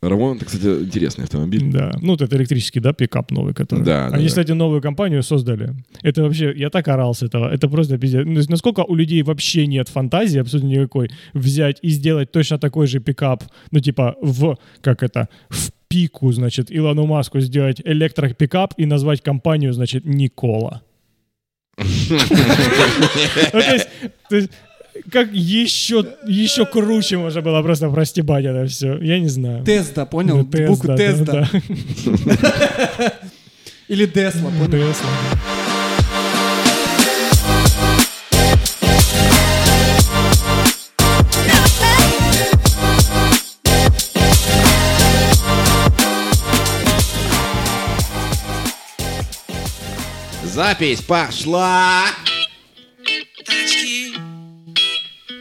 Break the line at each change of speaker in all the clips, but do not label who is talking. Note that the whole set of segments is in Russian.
Рамон, это, кстати, интересный автомобиль.
Да. Ну, вот это электрический, да, пикап новый, который. А
Да, да,
Они,
да.
кстати, новую компанию создали. Это вообще, я так орал с этого. Это просто пиздец. Ну, то есть насколько у людей вообще нет фантазии абсолютно никакой взять и сделать точно такой же пикап, ну, типа, в, как это, в пику, значит, Илону Маску сделать электропикап и назвать компанию, значит, Никола. Ну, то есть- то есть, как еще, еще круче можно было просто простебать это все. Я не знаю.
Тезда, понял?
Ну, Тесла,
Букву
да,
Тезда.
да.
Или Десла, понял?
Тесла.
Запись пошла!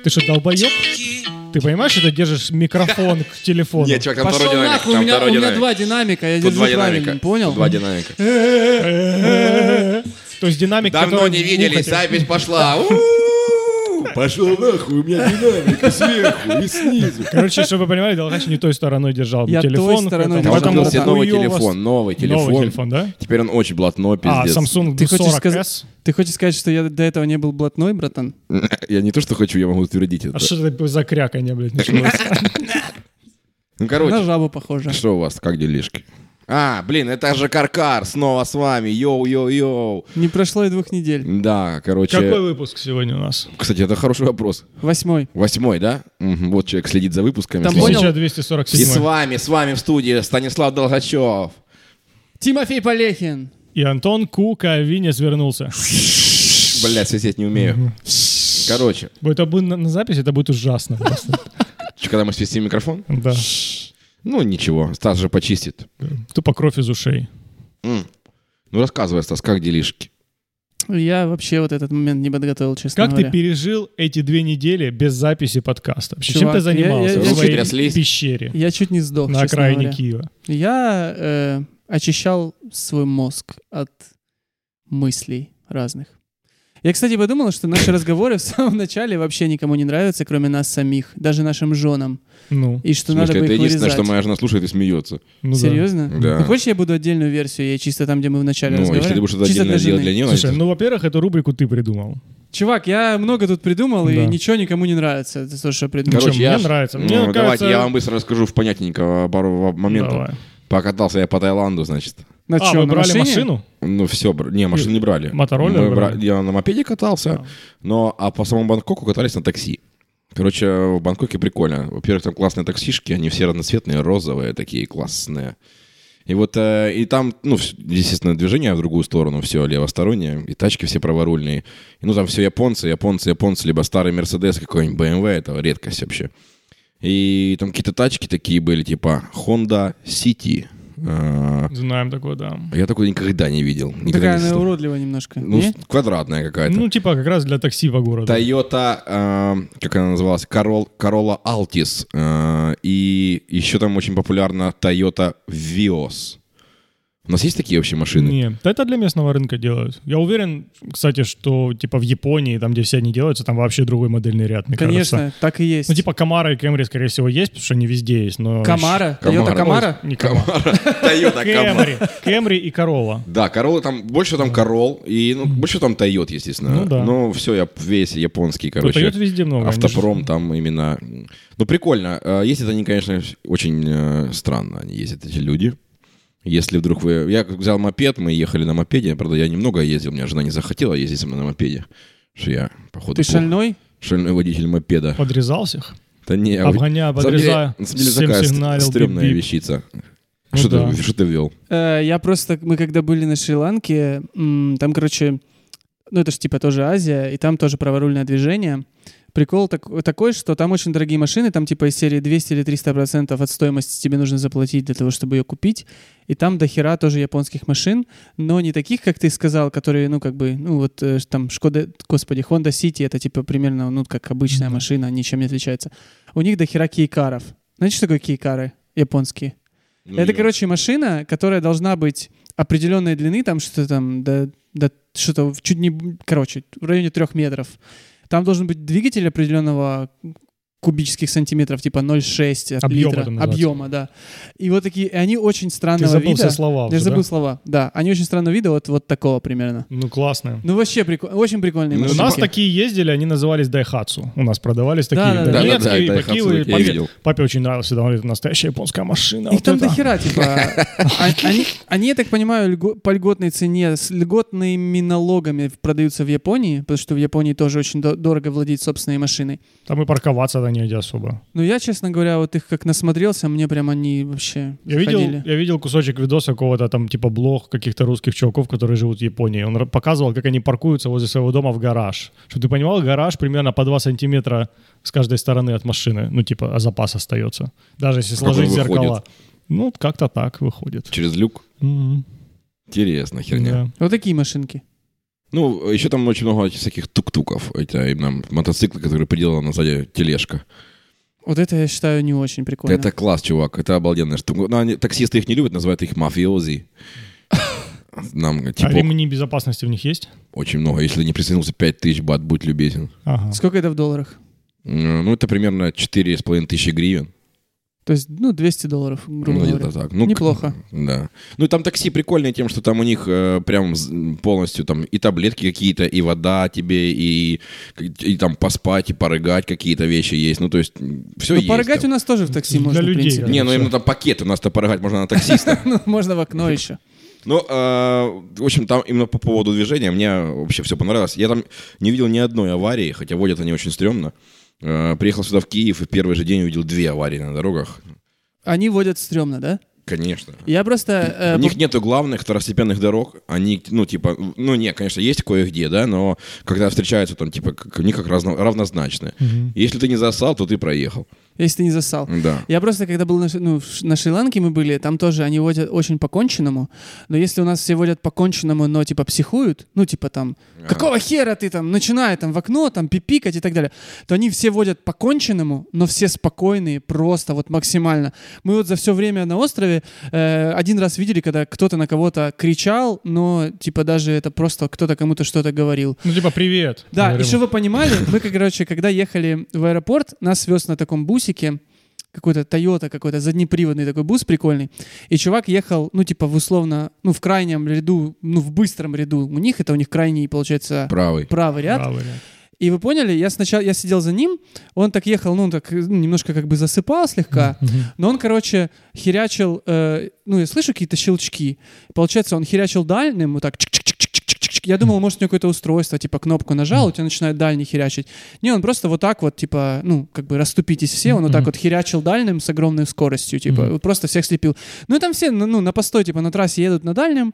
Ты что, долбоеб? Ты понимаешь, что ты держишь микрофон к телефону?
Нет, чувак, там
Пошел
второй динамик.
нахуй, у
там
меня,
второй
у меня
динамик.
два динамика, я
Тут
держу
два
правильно,
динамика.
понял? Э,
Тут Два динамика.
То есть динамик,
Давно
который
не
в
виделись, а?
ухо тебе-
запись пошла. У-у-у. Пошел нахуй, у меня динамика сверху и снизу.
Короче, чтобы вы понимали, Долгач не той стороной держал
Я той
телефон.
стороной
Там
держал.
он
Потому
купил себе
что
новый
хуёво
телефон, новый
с- Новый
телефон.
телефон, да?
Теперь он очень блатной,
А,
пиздец.
Samsung
Ты хочешь
40S?
Ты хочешь сказать, что я до этого не был блатной, братан?
Я не то, что хочу, я могу утвердить это.
А что это за кряканье, блядь, началось?
Ну, короче,
На жабу похоже.
Что у вас, как делишки? А, блин, это же Каркар снова с вами, йоу-йоу-йоу.
Не прошло и двух недель.
Да, короче...
Какой выпуск сегодня у нас?
Кстати, это хороший вопрос.
Восьмой.
Восьмой, да? Мгм, Вот человек следит за выпусками.
Там
Слава
понял?
богу. И с
1247
вами, с вами в студии Станислав Долгачев.
Тимофей Полехин.
И Антон Кука Винес вернулся.
Блядь, свистеть не умею. Короче,
Это будет на, на записи, это будет ужасно просто.
чё, когда мы свистим микрофон,
Да.
ну ничего, Стас же почистит.
Тупо кровь из ушей.
М. Ну рассказывай, Стас, как делишки?
Я вообще вот этот момент не подготовил, честно
Как ты
говоря.
пережил эти две недели без записи подкаста? Вообще, чем
Чувак,
ты
я-
занимался
я-
в
я-
своей
Руки тряслись.
пещере
Я чуть не сдох,
на
честно
окраине
говоря.
Киева?
Я э, очищал свой мозг от мыслей разных. Я, кстати, подумал, что наши разговоры в самом начале вообще никому не нравятся, кроме нас самих, даже нашим женам.
Ну,
И что
В смысле,
надо бы
это
их
единственное,
вырезать.
что моя жена слушает и смеется.
ну да.
Серьезно?
Да.
Ну, хочешь, я буду отдельную версию, я чисто там, где мы вначале
Ну,
разговаривали?
если ты будешь это
Чисто
отдельно делать
жены.
для нее,
Слушай,
это-
ну, во-первых, эту рубрику ты придумал.
Чувак, я много тут придумал,
Да.
и ничего никому не нравится. Это то, что я придумал.
Короче,
Чё,
я
мне
ж-
нравится.
Ну,
Мне
давайте,
кажется-
я вам быстро расскажу в понятненько а, пару моментов.
Давай.
Покатался я по Таиланду, значит.
На
А,
чё,
вы
на
брали
машине?
машину?
Ну, все, не, машину не брали.
Мотороллер
Мы бра-
брали?
Я на мопеде катался,
А.
но а по самому Бангкоку катались на такси. Короче, в Бангкоке прикольно. Во-первых, там классные таксишки, они все разноцветные, розовые, такие классные. И вот, э, и там, ну, вс- естественно, движение в другую сторону, все левостороннее, и тачки все праворульные. И, ну, там все японцы, японцы, японцы, либо старый Мерседес какой-нибудь, BMW, это редкость вообще. И там какие-то тачки такие были, типа Honda City. Э,
Знаем такое, да.
я такой никогда не видел. Никогда
Такая
не
она
слышал.
уродливая немножко.
Ну,
не?
с- квадратная какая-то.
Ну, типа, как раз для такси по городу.
Toyota, эм, как она называлась, Корол, Corolla Altis. э, и еще там очень популярна Toyota Vios. У нас есть такие вообще машины?
Нет, да это для местного рынка делают. Я уверен, кстати, что типа в Японии, там, где все они делаются, там вообще другой модельный ряд, мне
Конечно,
кажется.
так и есть.
Ну, типа Камара и Кэмри, скорее всего, есть, потому что они везде есть, но...
Камара?
Камара.
Тойота Камара?
Не Камара.
Toyota Camry.
Кэмри. Кэмри и Королла.
Да, Corolla там, больше там Корол, и ну, больше там Toyota, естественно.
Ну да.
Но все, я весь японский,
Ну,
короче.
Toyota везде много. они же-
Автопром там именно... Ну, прикольно. Э, Ездят они, конечно, очень э, странно. Они ездят, эти люди. Если вдруг вы... Я взял мопед, мы ехали на мопеде. Правда, я немного ездил. У меня жена не захотела ездить со мной на мопеде. Что я, походу,
Ты
плохо.
шальной?
шальной водитель мопеда.
Подрезал всех?
Да не, а
Обгоняя,
на самом деле-
подрезая,
на самом деле
всем
такая ст-
сигналил,
стрёмная
бип-бип.
вещица.
Ну
что,
да.
ты, что ты ввел?
Э, Я просто, мы когда были на Шри-Ланке, м, там, короче, ну это же типа тоже Азия, и там тоже праворульное движение. Прикол так- такой, что там очень дорогие машины, там типа из серии 200 или 300 процентов от стоимости тебе нужно заплатить для того, чтобы ее купить. И там дохера тоже японских машин, но не таких, как ты сказал, которые, ну как бы, ну вот э, там Шкода, господи, Honda City, это типа примерно, ну как обычная
Мгм.
машина, ничем не отличается. У них дохера кейкаров. Знаешь, что такое кейкары японские?
Ну,
это, короче, машина, которая должна быть определенной длины, там что-то там, да, да, что-то в- чуть не, короче, в районе трех метров. Там должен быть двигатель определенного кубических сантиметров, типа 0,6 от
Объём
литра.
это называется.
объема, да. И вот такие, и они очень странного
Ты забыл
вида.
все слова.
Я
уже, да?
забыл слова, да. Они очень странного вида, вот, вот такого примерно.
Ну, классно.
Ну, вообще прикольно, очень
Ну,
прикольные
У
машинки.
нас такие ездили, они назывались Дайхатсу. У нас продавались такие
Да-да-да.
Да, да, да,
немецкие,
Daihatsu
такие.
такие я
Папе-
видел.
Папе очень нравился, да, он говорит, настоящая японская машина.
Их
вот
там
это».
дохера, типа. А- Они, они, я так понимаю, льго- по льготной цене, с льготными налогами продаются в Японии, потому что в Японии тоже очень до- дорого владеть собственной машиной.
Там и парковаться-то негде особо.
Но я, честно говоря, вот их как насмотрелся, мне прям они вообще
Я видел,
заходили.
я видел кусочек видоса какого-то там типа блог каких-то русских чуваков, которые живут в Японии. Он р- показывал, как они паркуются возле своего дома в гараж. Чтобы ты понимал, гараж примерно по 2 сантиметра с каждой стороны от машины. Ну типа а запас остается. Даже если
Как он
сложить
выходит?
зеркала. Ну как-то так выходит.
Через люк.
Мгм.
Интересно, херня.
Да.
Вот такие машинки.
Ну, еще там очень много всяких тук-туков. Это именно мотоциклы, которые приделана сзади тележка.
Вот это, я считаю, не очень прикольно.
Это класс, чувак. Это обалденная штука. Но они, таксисты их не любят, называют их мафиози. Нам,
А
типа,
ремни безопасности в них есть?
очень много. Если не присоединился 5000 бат, будь любезен.
Ага.
Сколько это в долларах?
М, Ну, это примерно 4,5 тысячи гривен.
То есть, ну, 200 долларов, грубо
Ну,
говоря.
где-то так. Ну, к-
Неплохо.
Да. Ну, и там такси прикольное тем, что там у них э, прям з- полностью там и таблетки какие-то, и вода тебе, и, и там поспать, и порыгать какие-то вещи есть. Ну, то есть все
Ну,
есть.
порыгать
там.
у нас тоже в такси
Для
можно, в
людей,
принципе.
да.
Не, ну именно там пакет у нас-то порыгать можно на таксиста.
Ну, Можно в окно еще.
Ну, э, в общем, там именно по поводу движения мне вообще все понравилось. Я там не видел ни одной аварии, хотя водят они очень стрёмно. Э, Приехал сюда в Киев и в первый же день увидел две аварии на дорогах.
Они водят стрёмно, да?
Конечно.
Я просто... э,
У них нету главных второстепенных дорог. Они, ну, типа, ну, не, конечно, есть кое-где, да, но когда встречаются, там, типа, как, они как разно- равнозначные.
Мгм.
Если ты не засал, то ты проехал.
Если ты не засал.
Да.
Я просто, когда был на, Шри- ну, в Ш- на Шри-Ланке, мы были, там тоже они водят очень по-конченному. Но если у нас все водят по-конченному, но типа психуют, ну типа там, какого хера ты там, начиная там в окно, там пипикать и так далее, то они все водят по-конченному, но все спокойные, просто вот максимально. Мы вот за все время на острове э, один раз видели, когда кто-то на кого-то кричал, но типа даже это просто кто-то кому-то что-то говорил.
Ну типа привет.
Да,
Говорим.
и чтобы вы понимали, мы, как, короче, когда ехали в аэропорт, нас вез на таком бусике какой-то Toyota, какой-то заднеприводный такой бус прикольный. И чувак ехал, ну, типа, в условно, ну, в крайнем ряду, ну, в быстром ряду. У них это у них крайний, получается,
Правый.
правый ряд.
Правый ряд.
И вы поняли, я сначала, я сидел за ним, он так ехал, ну, он так э, немножко как бы засыпал слегка.
Мгм.
Но он, короче, херячил, э, ну, я слышу какие-то щелчки. Получается, он херячил дальним, вот так чик-чик-чик-чик-чик-чик. Я думал, может, у него какое-то устройство, типа, кнопку нажал, у тебя начинает дальний херячить. Не, он просто вот так вот, типа, ну, как бы расступитесь все, он вот так
Мгм.
вот херячил дальним с огромной скоростью, типа,
Мгм.
вот просто всех слепил. Ну, и там все, ну, на постой, типа, на трассе едут на дальнем,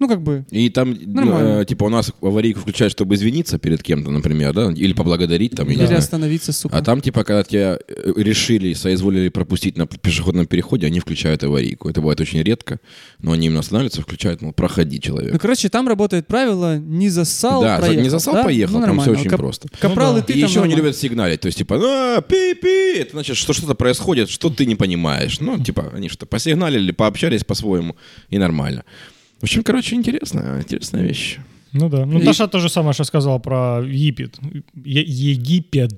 ну, как бы,
И там, ну,
Нормально.
э, типа, у нас аварийку включают, чтобы извиниться перед кем-то, например, да, или поблагодарить, там, я не
или
знаю.
остановиться, сука.
А там, типа, когда тебя э, решили, соизволили пропустить на пешеходном переходе, они включают аварийку. Это бывает очень редко, но они именно останавливаются, включают, мол, проходи,
Ну,
человек.
короче, там работает правило «не засал,
да, за-
Ну, проехал».
не засал,
да?
поехал,
Ну,
там все
нормально.
очень
Кап-
просто.
Капрал
Ну
и
да.
ты
и
там
еще они
нормально.
любят сигналить, то есть, типа, «А, пи-пи, это значит, что что-то происходит, что ты не понимаешь. Ну, типа, они что-то посигналили, пообщались по-своему, и нормально. В общем, короче, интересная, интересная вещь.
Ну да. Ну
И-
Таша то же самое, что сказала про Египет. Е- Египет.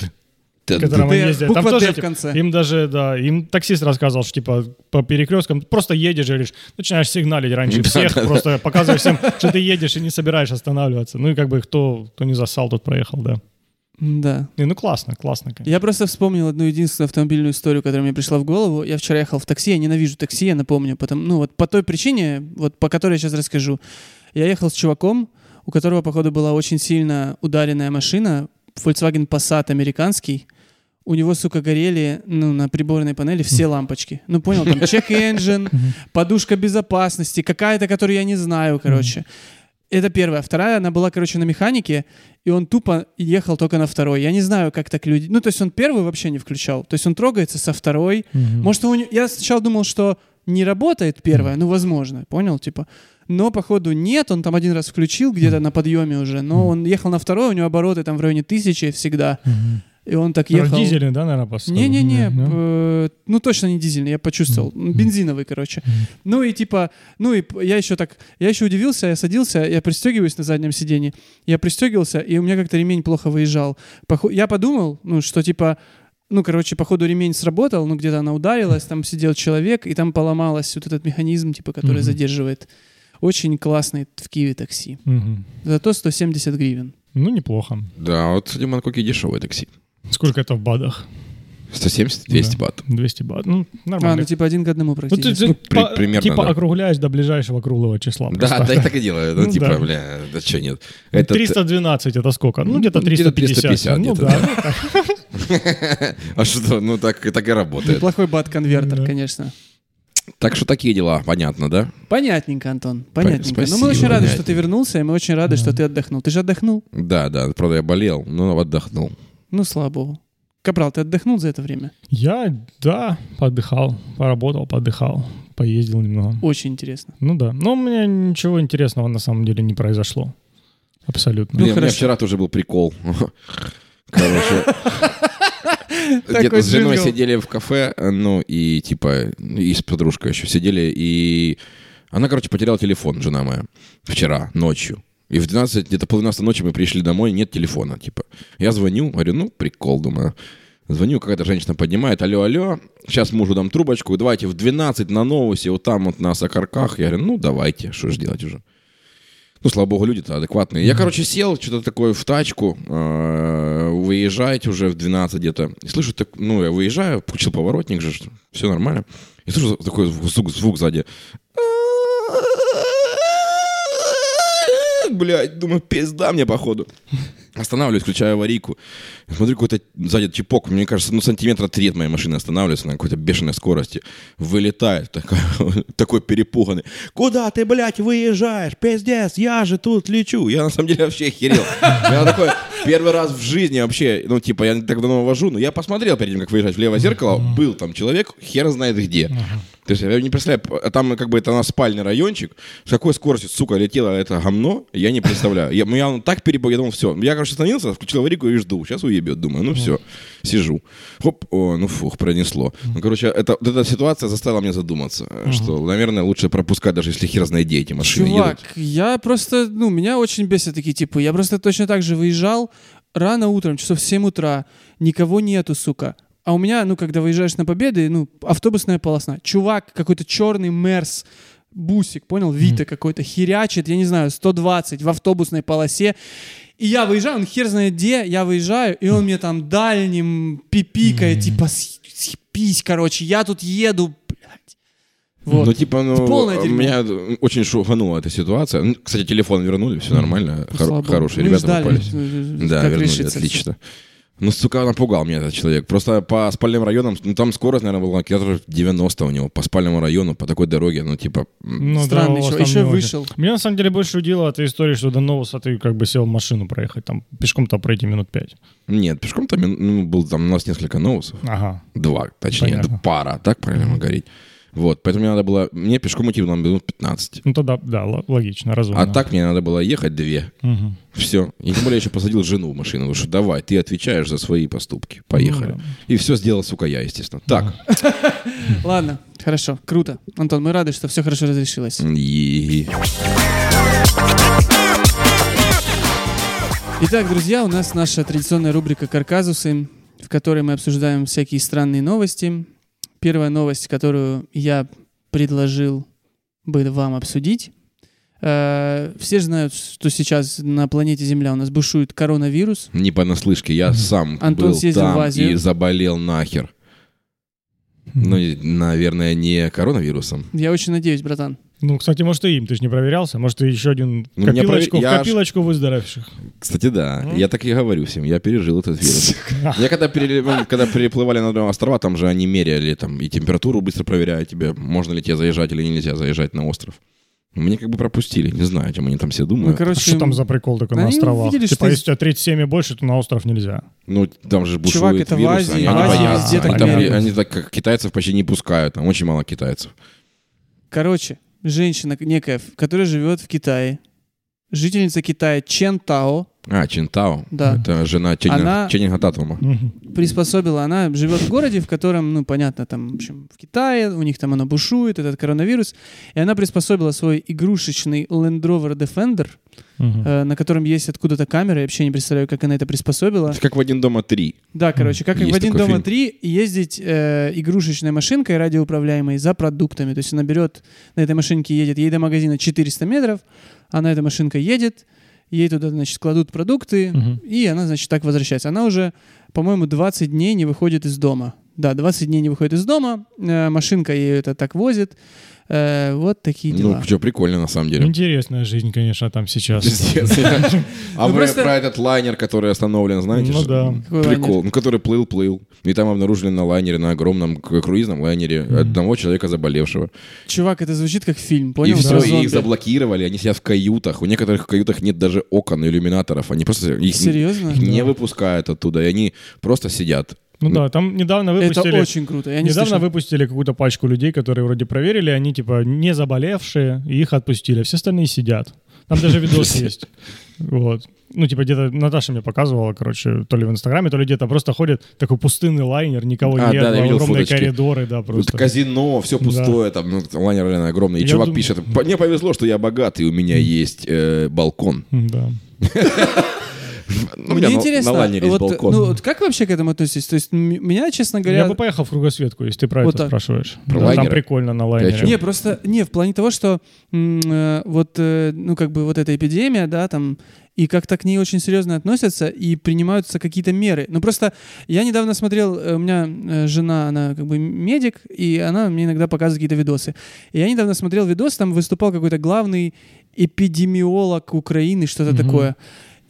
Да,
к которому
да,
Д,
ездят.
буква
Там тоже,
Д в
типа,
конце.
Им даже, да, им таксист рассказывал, что типа по перекресткам просто едешь и говоришь, начинаешь сигналить раньше всех, просто показываешь всем, что ты едешь и не собираешь останавливаться. Ну и как бы кто, кто не засал, тот проехал, да.
Да.
Не, ну классно, классно, конечно.
Я просто вспомнил одну единственную автомобильную историю, которая мне пришла в голову. Я вчера ехал в такси, я ненавижу такси, я напомню, потому, ну вот по той причине, вот по которой я сейчас расскажу. Я ехал с чуваком, у которого, походу, была очень сильно ударенная машина, Volkswagen Passat американский. У него, сука, горели ну, на приборной панели все лампочки. Ну, понял, там чек-энджин, подушка безопасности, какая-то, которую я не знаю, короче. Это первая. Вторая, она была, короче, на механике, и он тупо ехал только на второй. Я не знаю, как так люди... Ну, то есть он первый вообще не включал. То есть он трогается со второй. Может, у него- я сначала думал, что не работает первая, ну, возможно, понял, типа. Но, походу, нет, он там один раз включил где-то на подъеме уже, но он ехал на второй, у него обороты там в районе тысячи всегда. И он так ехал...
Дизельный, да, наверное, по
Не-не-не, э, ну точно не дизельный, я почувствовал. Бензиновый, короче. Ну и типа, ну и п- я еще так, я еще удивился, я садился, я пристегиваюсь на заднем сиденье, я пристегивался, и у меня как-то ремень плохо выезжал. Поху- Я подумал, ну что типа, ну, короче, походу ремень сработал, ну, где-то она ударилась, там сидел человек, и там поломалась вот этот механизм, типа, который
Мгм.
задерживает. Очень классный в Киеве такси.
Мгм.
Зато 170 гривен.
Ну, неплохо.
Да, вот кстати, в Бангкоке дешевое такси.
Сколько это в бадах?
170-200
Ну Да.
бат.
200 бат. Ну,
А, ну,
нормально.
типа, один к одному
Ну, ты,
практически.
ты
Ну, при-
по-
примерно,
типа
да.
округляешь до ближайшего круглого числа.
Да,
просто.
да, я так и делаю. Ну,
Ну,
типа,
да. Ну,
бля, да что нет. Этот,
312 это сколько? Ну, где-то
Ну, где-то
350.
350
ну,
где-то,
да.
А что, ну так, так и работает.
Неплохой бат-конвертер,
Да.
конечно.
Так что такие дела, понятно, да?
Понятненько, Антон, понятненько. Но
спасибо,
мы очень рады,
понятненько.
что ты вернулся, и мы очень
Да.
рады, что ты отдохнул. Ты же отдохнул?
Да, да, правда, я болел, но отдохнул.
Ну, слава богу. Капрал, ты отдохнул за это время?
Я, да, подыхал, поработал, подыхал, поездил немного.
Очень интересно.
Ну да. Но у меня ничего интересного на самом деле не произошло. Абсолютно.
Блин, у меня
Ну, хорошо.
вчера тоже был прикол. Короче,
Такой
где-то с женой
джингл.
сидели в кафе, ну и типа, и с подружкой еще сидели, и она, короче, потеряла телефон, жена моя, вчера ночью. И в 12, где-то полдвенадцатой ночи мы пришли домой, нет телефона, типа. Я звоню, говорю, ну, прикол, думаю. Звоню, какая-то женщина поднимает, алло, алло, сейчас мужу дам трубочку, давайте в 12 на новосе, вот там вот на сокарках. Я говорю, ну, давайте, что ж делать уже. Ну, слава богу, люди-то адекватные. Я, короче, сел, что-то такое в тачку, э, выезжать уже в 12 где-то. И слышу, так, ну, я выезжаю, включил поворотник же, все нормально. И слышу такой звук, звук сзади. Блять, думаю, пизда мне, походу. Останавливаюсь, включаю аварийку. Смотрю, какой-то сзади чипок. Мне кажется, ну, сантиметра три от моей машины останавливается на какой-то бешеной скорости. Вылетает такой, такой перепуганный. Куда ты, блядь, выезжаешь? Пиздец, я же тут лечу. Я на самом деле вообще охерел. Я такой первый раз в жизни вообще, ну, типа, я не так давно вожу, но я посмотрел перед тем, как выезжать в левое зеркало. Был там человек, хер знает где. То есть я не представляю, а там как бы это у нас спальный райончик, с какой скоростью, сука, летело это гомно, я не представляю. Я, ну, я так перепугал, я думал, все. Я, короче, остановился, включил аварийку и жду. Сейчас уебет, думаю, ну все, сижу. Хоп, о, ну фух, пронесло. Ну, короче, это, вот эта ситуация заставила меня задуматься, э, что, наверное, лучше пропускать, даже если хер знает, где эти машины
Чувак,
едут.
я просто, ну, меня очень бесят такие типы. Я просто точно так же выезжал рано утром, часов в 7 утра, никого нету, сука. А у меня, ну, когда выезжаешь на Победы, ну, автобусная полосна. Чувак, какой-то черный мерс, бусик, понял, Вита какой-то, херячит, я не знаю, 120 в автобусной полосе. И я выезжаю, он хер знает где, я выезжаю, и он мне там дальним пипикает, типа, «Съ- съебись, короче, я тут еду, блядь». Вот.
Ну, типа, ну,
Это полное
у
дерьмо.
меня очень шуганула эта ситуация. Ну, Кстати, телефон вернули, все нормально.
Ну,
Хор-
слава богу.
хорошие
Ну и
ребята
ждали,
попались.
э, э,
Да,
как
вернули,
решится.
отлично. Ну, сука, напугал меня этот человек. Просто по спальным районам, ну, там скорость, наверное, была километров 90 у него, по спальному району, по такой дороге, ну, типа... м,
Ну, да,
Странно,
у вас
еще,
там
еще
не очень.
вышел.
Меня на самом деле больше удивило от этой истории, что до Новоса ты как бы сел в машину проехать, там пешком-то пройти минут пять.
Нет, пешком там, ну, был там у нас несколько ноусов.
Ага.
Два, точнее,
Понятно.
это пара, так правильно говорить. Вот, поэтому мне надо было... Мне пешком идти было минут 15.
Ну тогда, да, л- логично, разумно.
А так мне надо было ехать две.
Мгм.
Все. И тем более я еще посадил жену в машину. Потому что давай, ты отвечаешь за свои поступки. Поехали.
Ну да.
И все сделал, сука, я, естественно. Так.
Ладно, хорошо, круто. Антон, мы рады, что все хорошо разрешилось.
И-
Итак, друзья, у нас наша традиционная рубрика «Карказусы», в которой мы обсуждаем всякие странные новости. Первая новость, которую я предложил бы вам обсудить. Э, Все же знают, что сейчас на планете Земля у нас бушует коронавирус.
Не понаслышке, я сам
Антон
был
съездил
там
в Азию.
и заболел нахер. Ну, и, наверное, не коронавирусом.
Я очень надеюсь, братан.
Ну, кстати, может, и им, ты же не проверялся, может, и еще один
Ну, меня
копилочку,
провер-
в
я ж-
копилочку выздоровевших.
Кстати, да,
М?
я так и говорю всем, я пережил этот вирус. Я когда, пере- ну, когда переплывали на острова, там же они меряли там и температуру быстро проверяют тебе, можно ли тебе заезжать или нельзя заезжать на остров. Мне как бы пропустили, не знаю, о чем они там все
Мы,
думают.
А
короче,
Что там за прикол такой на
Они
островах?
увидели,
Типа,
что-
если у тебя 37 и больше, то на остров нельзя.
Ну, там же бушует
Чувак, это в
вирус,
Азии,
они,
в
они
Азии
боятся.
везде так
Они там-
меряют.
они так как китайцев почти не пускают, там очень мало китайцев.
Короче, женщина некая, в- которая живет в Китае, жительница Китая Чен Тао,
А, Чинтао.
Да.
Это жена Ченнинга,
Она-
Ченнинга Татума.
Мгм.
приспособила. Она живет в городе, в котором, ну, понятно, там, в общем, в Китае, у них там оно бушует, этот коронавирус. И она приспособила свой игрушечный Land Rover Defender,
Мгм.
э, на котором есть откуда-то камера, я вообще не представляю, как она это приспособила.
Это как в «Один дома три».
Да, короче, как
Есть
в «Один
такой
дома
фильм.
три» ездить э, игрушечной машинкой радиоуправляемой за продуктами. То есть она берет, на этой машинке едет, ей до магазина 400 метров, она эта машинка едет, ей туда, значит, кладут продукты,
Мгм.
и она, значит, так возвращается. Она уже, по-моему, 20 дней не выходит из дома. Да, 20 дней не выходит из дома, э, машинка ее это так возит. Э, вот такие дела.
Ну, что, прикольно на самом деле.
Интересная жизнь, конечно, там сейчас.
Пиздец. А
Ну,
вы
просто-
про этот лайнер, который остановлен, знаете?
Ну
что-
да.
Какой
Прикол. Ну, который плыл, плыл. И там обнаружили на лайнере, на огромном к- круизном лайнере одного человека заболевшего.
Чувак, это звучит как фильм, понял?
и все,
Про
и
зомби.
их заблокировали, они сидят в каютах. У некоторых в каютах нет даже окон, иллюминаторов. Они просто их,
Серьезно?
их не выпускают оттуда, и они просто сидят.
Ну да, там недавно
Это
выпустили...
очень круто. Я не
Недавно
слышал.
выпустили какую-то пачку людей, которые вроде проверили, они типа не заболевшие, и их отпустили. а Все остальные сидят. Там даже видос есть. Вот. Ну, типа, где-то Наташа мне показывала, короче, то ли в Инстаграме, то ли где-то просто ходит такой пустынный лайнер, никого
А,
нет,
да, я видел
огромные
фоточки.
коридоры, да,
Просто.
просто.
казино, все пустое, там ну, лайнер реально огромный. И
Я
чувак
думаю-
пишет, «По- мне повезло, что я богатый, у меня есть э, балкон.
Да.
Ну, у меня на- на лайнере есть
вот,
балкон.
ну, вот как вообще к этому относитесь? То есть м- меня, честно
Я
говоря...
бы поехал в кругосветку, если ты про
Вот
это
так.
спрашиваешь.
Про
Да, Там
лайнеры?
прикольно на
чё?
лайнере.
Не, просто не в плане того, что м, э, вот э, ну как бы вот эта эпидемия, да, там и как-то к ней очень серьезно относятся и принимаются какие-то меры. Ну просто я недавно смотрел, э, у меня э, жена, она как бы медик, и она мне иногда показывает какие-то видосы. И я недавно смотрел видос, там выступал какой-то главный эпидемиолог Украины, что-то
Мгм.
такое.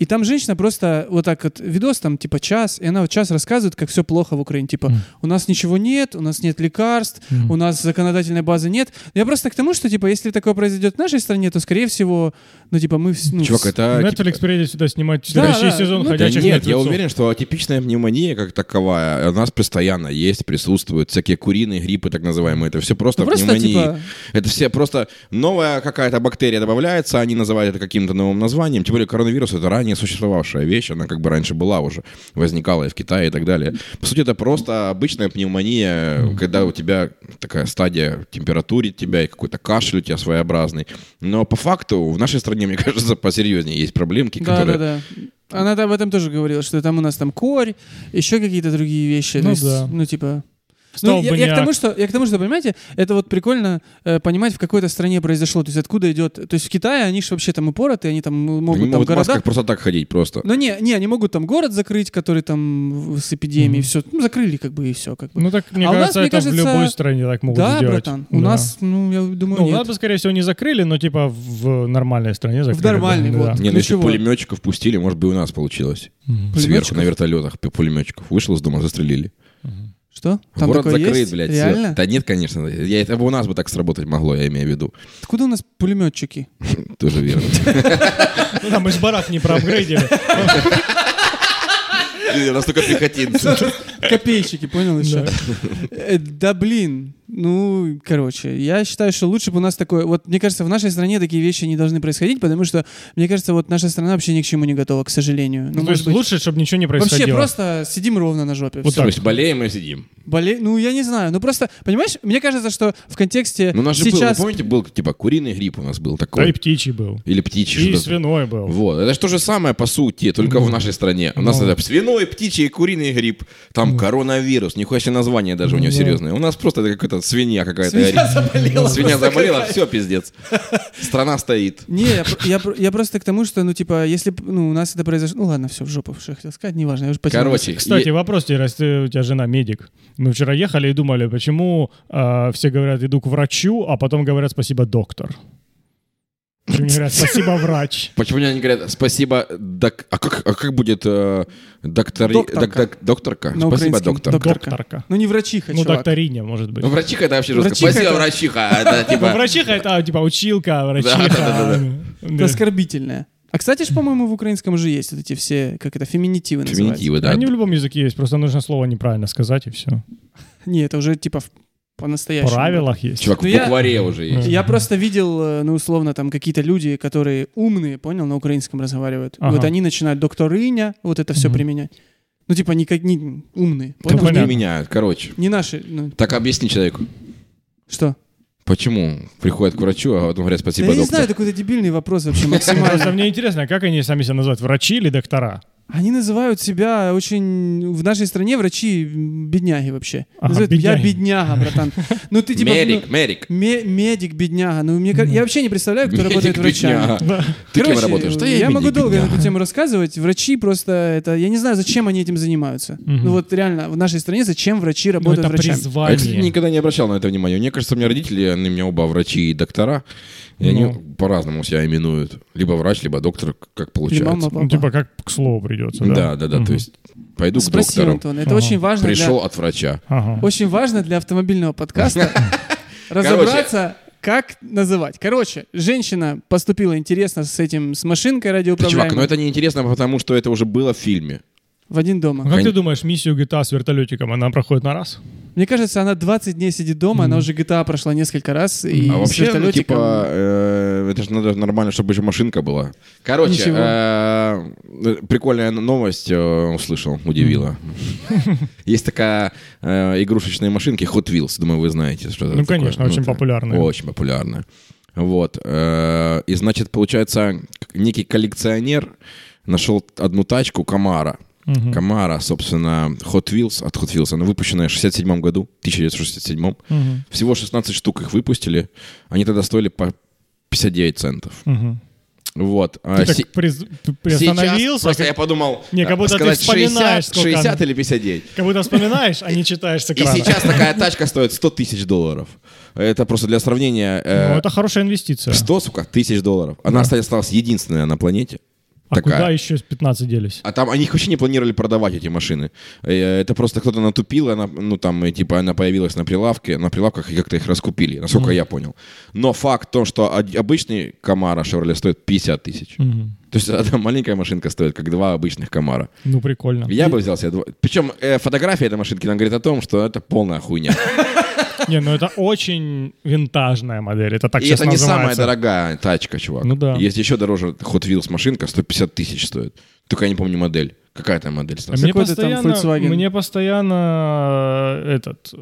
И там женщина просто вот так вот, видос там типа час, и она вот час рассказывает, как все плохо в Украине. Типа,
Мгм.
у нас ничего нет, у нас нет лекарств,
Мгм.
у нас законодательной базы нет. Но я просто к тому, что, типа, если такое произойдет в нашей стране, то, скорее всего, ну, типа, мы... вс- ну,
Чувак,
вс-
это... типа,
Netflix приедет сюда снимать
Да,
следующий
да.
сезон
Ну,
Да
«Ходячих
нет, я
мертвецов».
уверен, что атипичная пневмония как таковая у нас постоянно есть, присутствует. Всякие куриные гриппы, так называемые. Это все просто
Ну, просто,
пневмонии.
типа-
Это все просто новая какая-то бактерия добавляется, они называют это каким-то новым названием. Тем более коронавирус — это ранее существовавшая вещь, она как бы раньше была уже, возникала и в Китае и так далее. По сути, это просто обычная пневмония, когда у тебя такая стадия температурит тебя и какой-то кашель у тебя своеобразный. Но по факту в нашей стране, мне кажется, посерьезнее есть проблемки,
Да,
которые...
да, да. Она об этом тоже говорила, что там у нас там корь, еще какие-то другие вещи.
Ну
То есть,
да.
Ну, типа... Ну, я, я к
Столбняк.
тому, что, я к тому, что, понимаете, это вот прикольно э, понимать, в какой-то стране произошло, то есть откуда идет... То есть в Китае они же вообще там упороты, они там могут
Они
там
могут в
города
масках просто так ходить просто.
Ну не, не, они могут там город закрыть, который там в- с эпидемией,
Мгм.
все. Ну, закрыли как бы и все. Как бы.
Ну так, мне
А у нас,
кажется,
мне
это в
кажется,
любой стране так могут
да,
сделать.
братан, у
Да.
нас, ну, я думаю,
Ну,
нет.
нас бы, скорее всего, не закрыли, но типа в нормальной стране закрыли. бы.
нормальной,
Да.
вот.
Не, ну если
Ключевое.
пулеметчиков пустили, может быть, и у нас получилось.
Мгм.
Сверху
Пулеметчиков?
на вертолетах пи- пулеметчиков. Вышел из дома, застрелили.
Что? Там
Город
такое
закрыт,
есть?
блядь. всё.
Реально?
Да нет, конечно. Я, это бы у нас бы так сработать могло, я имею в виду.
Откуда у нас пулеметчики?
Тоже верно.
Ну да, мы ж барак не проапгрейдили.
У нас только пехотинцы.
Копейщики, понял еще? Э, Да блин, ну, короче, я считаю, что лучше бы у нас такое... Вот, мне кажется, в нашей стране такие вещи не должны происходить, потому что, мне кажется, вот наша страна вообще ни к чему не готова, к сожалению. Ну,
Ну, то
может
есть
быть...
лучше, чтобы ничего не
Вообще
происходило.
просто сидим ровно на жопе.
Вот
То
так.
есть болеем и сидим.
Боле... Ну, я не знаю. Ну, просто, понимаешь, мне кажется, что в контексте
Ну, у нас же был, вы
сейчас...
помните, был типа куриный грипп у нас был
Да и
такой.
птичий был.
Или птичий.
И
что-то.
свиной был.
Вот. Это же то же самое, по сути, только в нашей стране. У нас
Ну.
это свиной, птичий, и куриный грипп.
Ну.
Там коронавирус. Нихуя себе название даже у него
Ну.
серьезное. У нас просто это какая-то свинья какая-то.
Свинья заболела.
Свинья заболела, все, пиздец. Страна стоит.
Не, я, про- я, про- я просто к тому, что, ну, типа, если б, ну, у нас это произошло... Ну, ладно, все, в жопу, что я хотел сказать, неважно, я уже потерял.
Короче,
Кстати,
е-
вопрос тебе, раз ты- у тебя жена медик. Мы вчера ехали и думали, почему э, все говорят, иду к врачу, а потом говорят, спасибо, доктор. Почему не говорят, спасибо, врач?
почему мне они говорят спасибо, док... а, как, а как будет э, доктори-
Докторка. Ну,
док- док- докторка?
На
спасибо,
украинском
доктор.
док- Докторка.
Докторка.
Ну, не врачиха,
Ну,
чувак.
докториня, может быть.
Ну, врачиха это вообще жестко.
Врачиха
спасибо,
это-
врачиха. Это
Ну,
типа...
врачиха это типа училка, врачиха.
Это
Да.
оскорбительное. А, кстати, ж, по-моему, в украинском же есть вот эти все, как это, феминитивы называются.
Феминитивы, да.
Они в любом языке есть, просто нужно слово неправильно сказать и все.
Не, это уже, типа, в- по-настоящему.
правилах есть.
Чувак,
Ну,
в
я-
букваре уже есть.
Я просто видел, э, ну, условно, там какие-то люди, которые умные, понял, на украинском разговаривают. И
Ага.
Вот они начинают докторыня, вот это все
Мгм.
применять. Ну, типа, они как не умные, понял?
понятно.
Не меняют, короче.
Не наши, ну,
Так объясни человеку,
что?
почему приходят к врачу, а потом говорят спасибо,
Да я не
доктор.
знаю, это какой-то дебильный вопрос вообще
Просто
максимально.
мне интересно, как они сами себя называют, врачи или доктора?
Они называют себя очень... В нашей стране врачи м, бедняги вообще.
Ага,
Называют, Я
бедняги».
бедняга, братан. Ну, ты типа... ну,
Мерик, Мерик.
ме- Медик, бедняга. Ну, мне ка-
Да.
я вообще не представляю, кто работает врачами.
бедняга.
Да.
Ты кем
Короче,
работаешь? Да
я, могу
медик,
долго на
бедняга.
эту тему рассказывать. Врачи просто это... Я не знаю, зачем они этим занимаются.
Мгм.
Ну вот реально, в нашей стране зачем врачи
Ну,
работают
это
А
врачами?
Я, кстати,
призвание.
никогда не обращал на это внимания. Мне кажется, у меня родители, они у меня оба врачи и доктора, и они
Ну.
по-разному себя именуют. Либо врач, либо доктор, к- как
Или
получается.
мама, папа.
Ну, типа, как к слову придется,
Да,
да?
да, да. То
Мгм.
есть пойду к
Спроси,
доктору.
Антон. Это
Ага.
очень важно для-
Пришел от врача.
Ага.
Очень важно для автомобильного подкаста разобраться, как называть. Короче, женщина поступила интересно с этим, с машинкой
Да, чувак, но
радиоуправляемой
это неинтересно, потому что это уже было в фильме.
в один
Ну,
дома.
Как
Кон-
ты думаешь, миссию GTA с вертолетиком, она проходит на раз?
Мне кажется, она 20 дней сидит дома, она уже GTA прошла несколько раз. И
А
с
вообще, ну,
вертолетиком-
типа, э, это же надо нормально, чтобы еще машинка была. Короче,
Ничего.
э, прикольная новость э, услышал, удивила. Есть такая э, игрушечные машинки Hot Wheels, думаю, вы знаете, что это
Ну,
такое.
конечно, очень
это
популярная.
Очень популярная. Вот. э, И, значит, получается, к- некий коллекционер нашел одну тачку Камара.
Мгм.
Камара, собственно, Hot Wheels от Hot Wheels. Она выпущенная в 67 году, 1967
Мгм.
всего 16 штук их выпустили. Они тогда стоили по 59 центов.
Мгм.
Вот. А
Ты так
се-
приз- п-
сейчас
приостановился,
просто
как-
я подумал,
Не, как
а,
будто ты
сказать
вспоминаешь,
60,
сколько
60
она-
или 59.
как будто вспоминаешь, а не читаешь с
И
экрана.
сейчас такая тачка стоит 100 тысяч долларов. Это просто для сравнения.
Ну,
э,
это хорошая инвестиция.
100, сука, тысяч долларов. Она,
Да.
кстати, осталась единственная на планете.
А
такая.
куда еще с 15 делись?
А там они их вообще не планировали продавать, эти машины. Э, Это просто кто-то натупил, она, ну там, э, типа, она появилась на прилавке, на прилавках и как-то их раскупили, насколько я понял. Но факт то, что од- обычный Камара Шевроле стоит 50 тысяч.
Мгм.
То есть одна маленькая машинка стоит, как два обычных Камара.
Ну, прикольно.
Я бы взял себе два. Причем э, фотография этой машинки, нам говорит о том, что это полная хуйня.
Не, ну это очень винтажная модель. Это так
И
сейчас
это не самая
А называется.
дорогая тачка, чувак.
Ну да.
Есть еще дороже Hot Wheels машинка, 150 тысяч стоит. Только я не помню модель. Какая там модель,
А
Стас?
Мне
Какой-то там
постоянно,
Volkswagen.
мне постоянно э, этот э,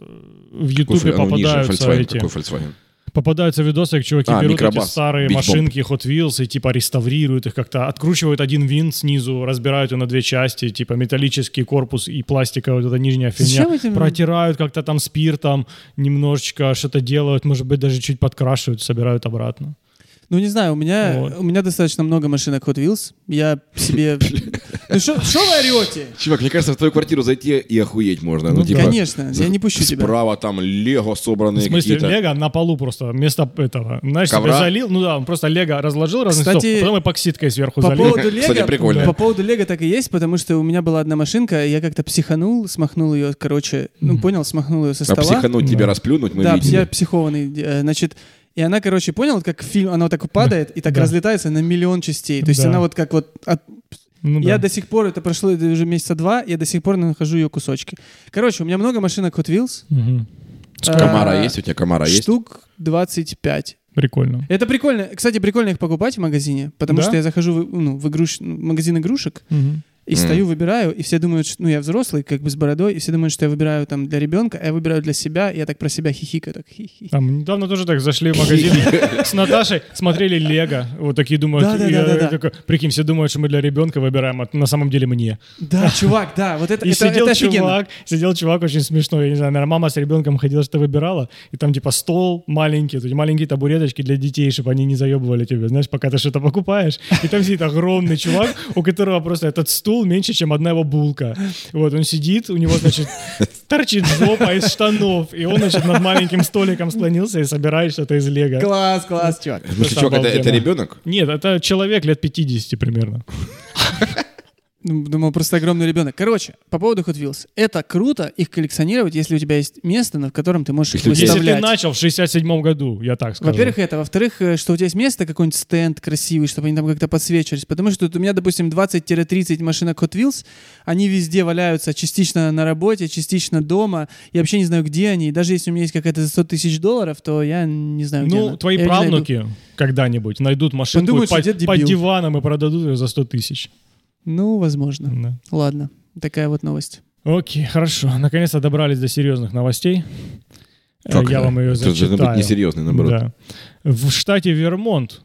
в
Какой
Ютубе
фоль- ну, ниже,
попадаются
Volkswagen.
эти
Какой Volkswagen?
попадаются видосы, как чуваки
А,
берут
микробас,
эти старые
Beach Bomb.
машинки Hot Wheels и типа реставрируют их как-то, откручивают один винт снизу, разбирают его на две части, типа металлический корпус и пластиковая вот эта нижняя фигня,
Зачем этим-
протирают как-то там спиртом, немножечко что-то делают, может быть даже чуть подкрашивают, собирают обратно.
Ну, не знаю, у меня,
Вот.
у меня достаточно много машинок Hot Wheels. Я себе... Ну, что вы орете?
Чувак, мне кажется, в твою квартиру зайти и охуеть можно. Ну,
Ну,
типа,
Конечно, я не пущу тебя.
Справа там лего собранные
В смысле,
какие-то.
лего на полу просто вместо этого. Знаешь,
Ковра?
себе залил, ну да, он просто лего разложил разных
Кстати,
сторон, потом эпоксидкой сверху
По
залил.
поводу
Кстати,
Лего,
прикольно.
по поводу Лего так и есть, потому что у меня была одна машинка, я как-то психанул, смахнул ее, короче, ну понял, смахнул ее
А
со стола.
психануть тебя
Да.
расплюнуть мы
да, я
видели.
психованный, э, значит, и она, короче, понял, вот как фильм, она вот так падает и так
Да.
разлетается на миллион частей. То есть
Да.
она вот как вот от-
Ну
я
да.
до сих пор, это прошло уже месяца два, я до сих пор нахожу ее кусочки. Короче, у меня много машинок Hot Wheels,
Мгм.
я-
Типа, Комара
А,
есть у тебя? Комара есть?
штук 25.
Прикольно.
Это прикольно. Кстати, прикольно их покупать в магазине, потому
Да?
что я захожу в, ну, в игруш- магазин игрушек
Мгм.
и
Мгм.
стою, выбираю, и все думают, что ну, я взрослый, как бы с бородой, и все думают, что я выбираю там для ребенка, а я выбираю для себя, и я так про себя хихикаю, так хи-хи.
Там недавно тоже так зашли в магазин с Наташей, смотрели Лего, вот такие думают,
Да-да-да-да-да.
я- я такой, прикинь, все думают, что мы для ребенка выбираем, а на самом деле мне.
Да, чувак, да, вот это,
И
это,
сидел
это офигенно.
чувак, сидел чувак очень смешной, я не знаю, наверное, мама с ребенком ходила, что выбирала, и там типа стол маленький, тут маленькие табуреточки для детей, чтобы они не заебывали тебя, знаешь, пока ты что-то покупаешь, и там сидит огромный чувак, у которого просто этот стул меньше, чем одна его булка. Вот, он сидит, у него, значит, торчит жопа из штанов, и он, значит, над маленьким столиком склонился и собирает что-то из лего.
Класс, класс, чувак.
В смысле,
Просто
чувак, это- это
обалденно.
ребенок?
Нет, это человек лет 50 примерно.
Ну, Думал, просто огромный ребенок. Короче, по поводу Hot Wheels. Это круто их коллекционировать, если у тебя есть место, на- в котором ты можешь их
Если у тебя-
Если ты
выставлять.
начал в 67 году, я так скажу.
Во-первых, это. Во-вторых, э, что у тебя есть место, какой-нибудь стенд красивый, чтобы они там как-то подсвечивались. Потому что вот у меня, допустим, 20-30 машинок Hot Wheels, они везде валяются, частично на работе, частично дома. Я вообще не знаю, где они. И даже если у меня есть какая-то за 100 тысяч долларов, то я не знаю, где
ну,
она.
твои
Я её не найду.
правнуки когда-нибудь найдут машинку
Подумают,
и под,
что дед
под
дебил.
диваном и продадут ее за 100 тысяч.
Ну, возможно.
Да.
Ладно, такая вот новость.
Окей, хорошо. Наконец-то добрались до серьезных новостей. Э,
Как
Я
это?
вам ее
Это же
зачитаю.
должно быть несерьезный, наоборот.
Да. В штате Вермонт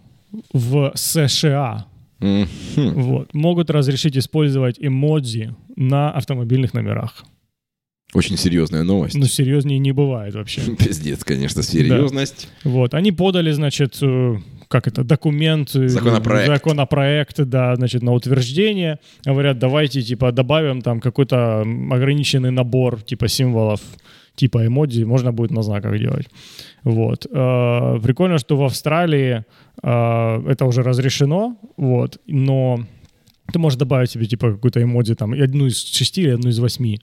в США
Мгм.
вот, могут разрешить использовать эмодзи на автомобильных номерах.
Очень серьезная новость.
Ну, серьезнее не бывает вообще.
Пиздец, конечно, серьезность.
Вот, они подали, значит, э, как это, документ... э,
Законопроект.
Законопроект, да, значит, на утверждение. Говорят, давайте, типа, добавим там какой-то м, ограниченный набор, типа, символов, типа эмодзи, можно будет на знаках делать. Вот. Э, Прикольно, что в Австралии э, это уже разрешено, вот, но ты можешь добавить себе, типа, какую-то эмодзи, там, и одну из шести или одну из восьми.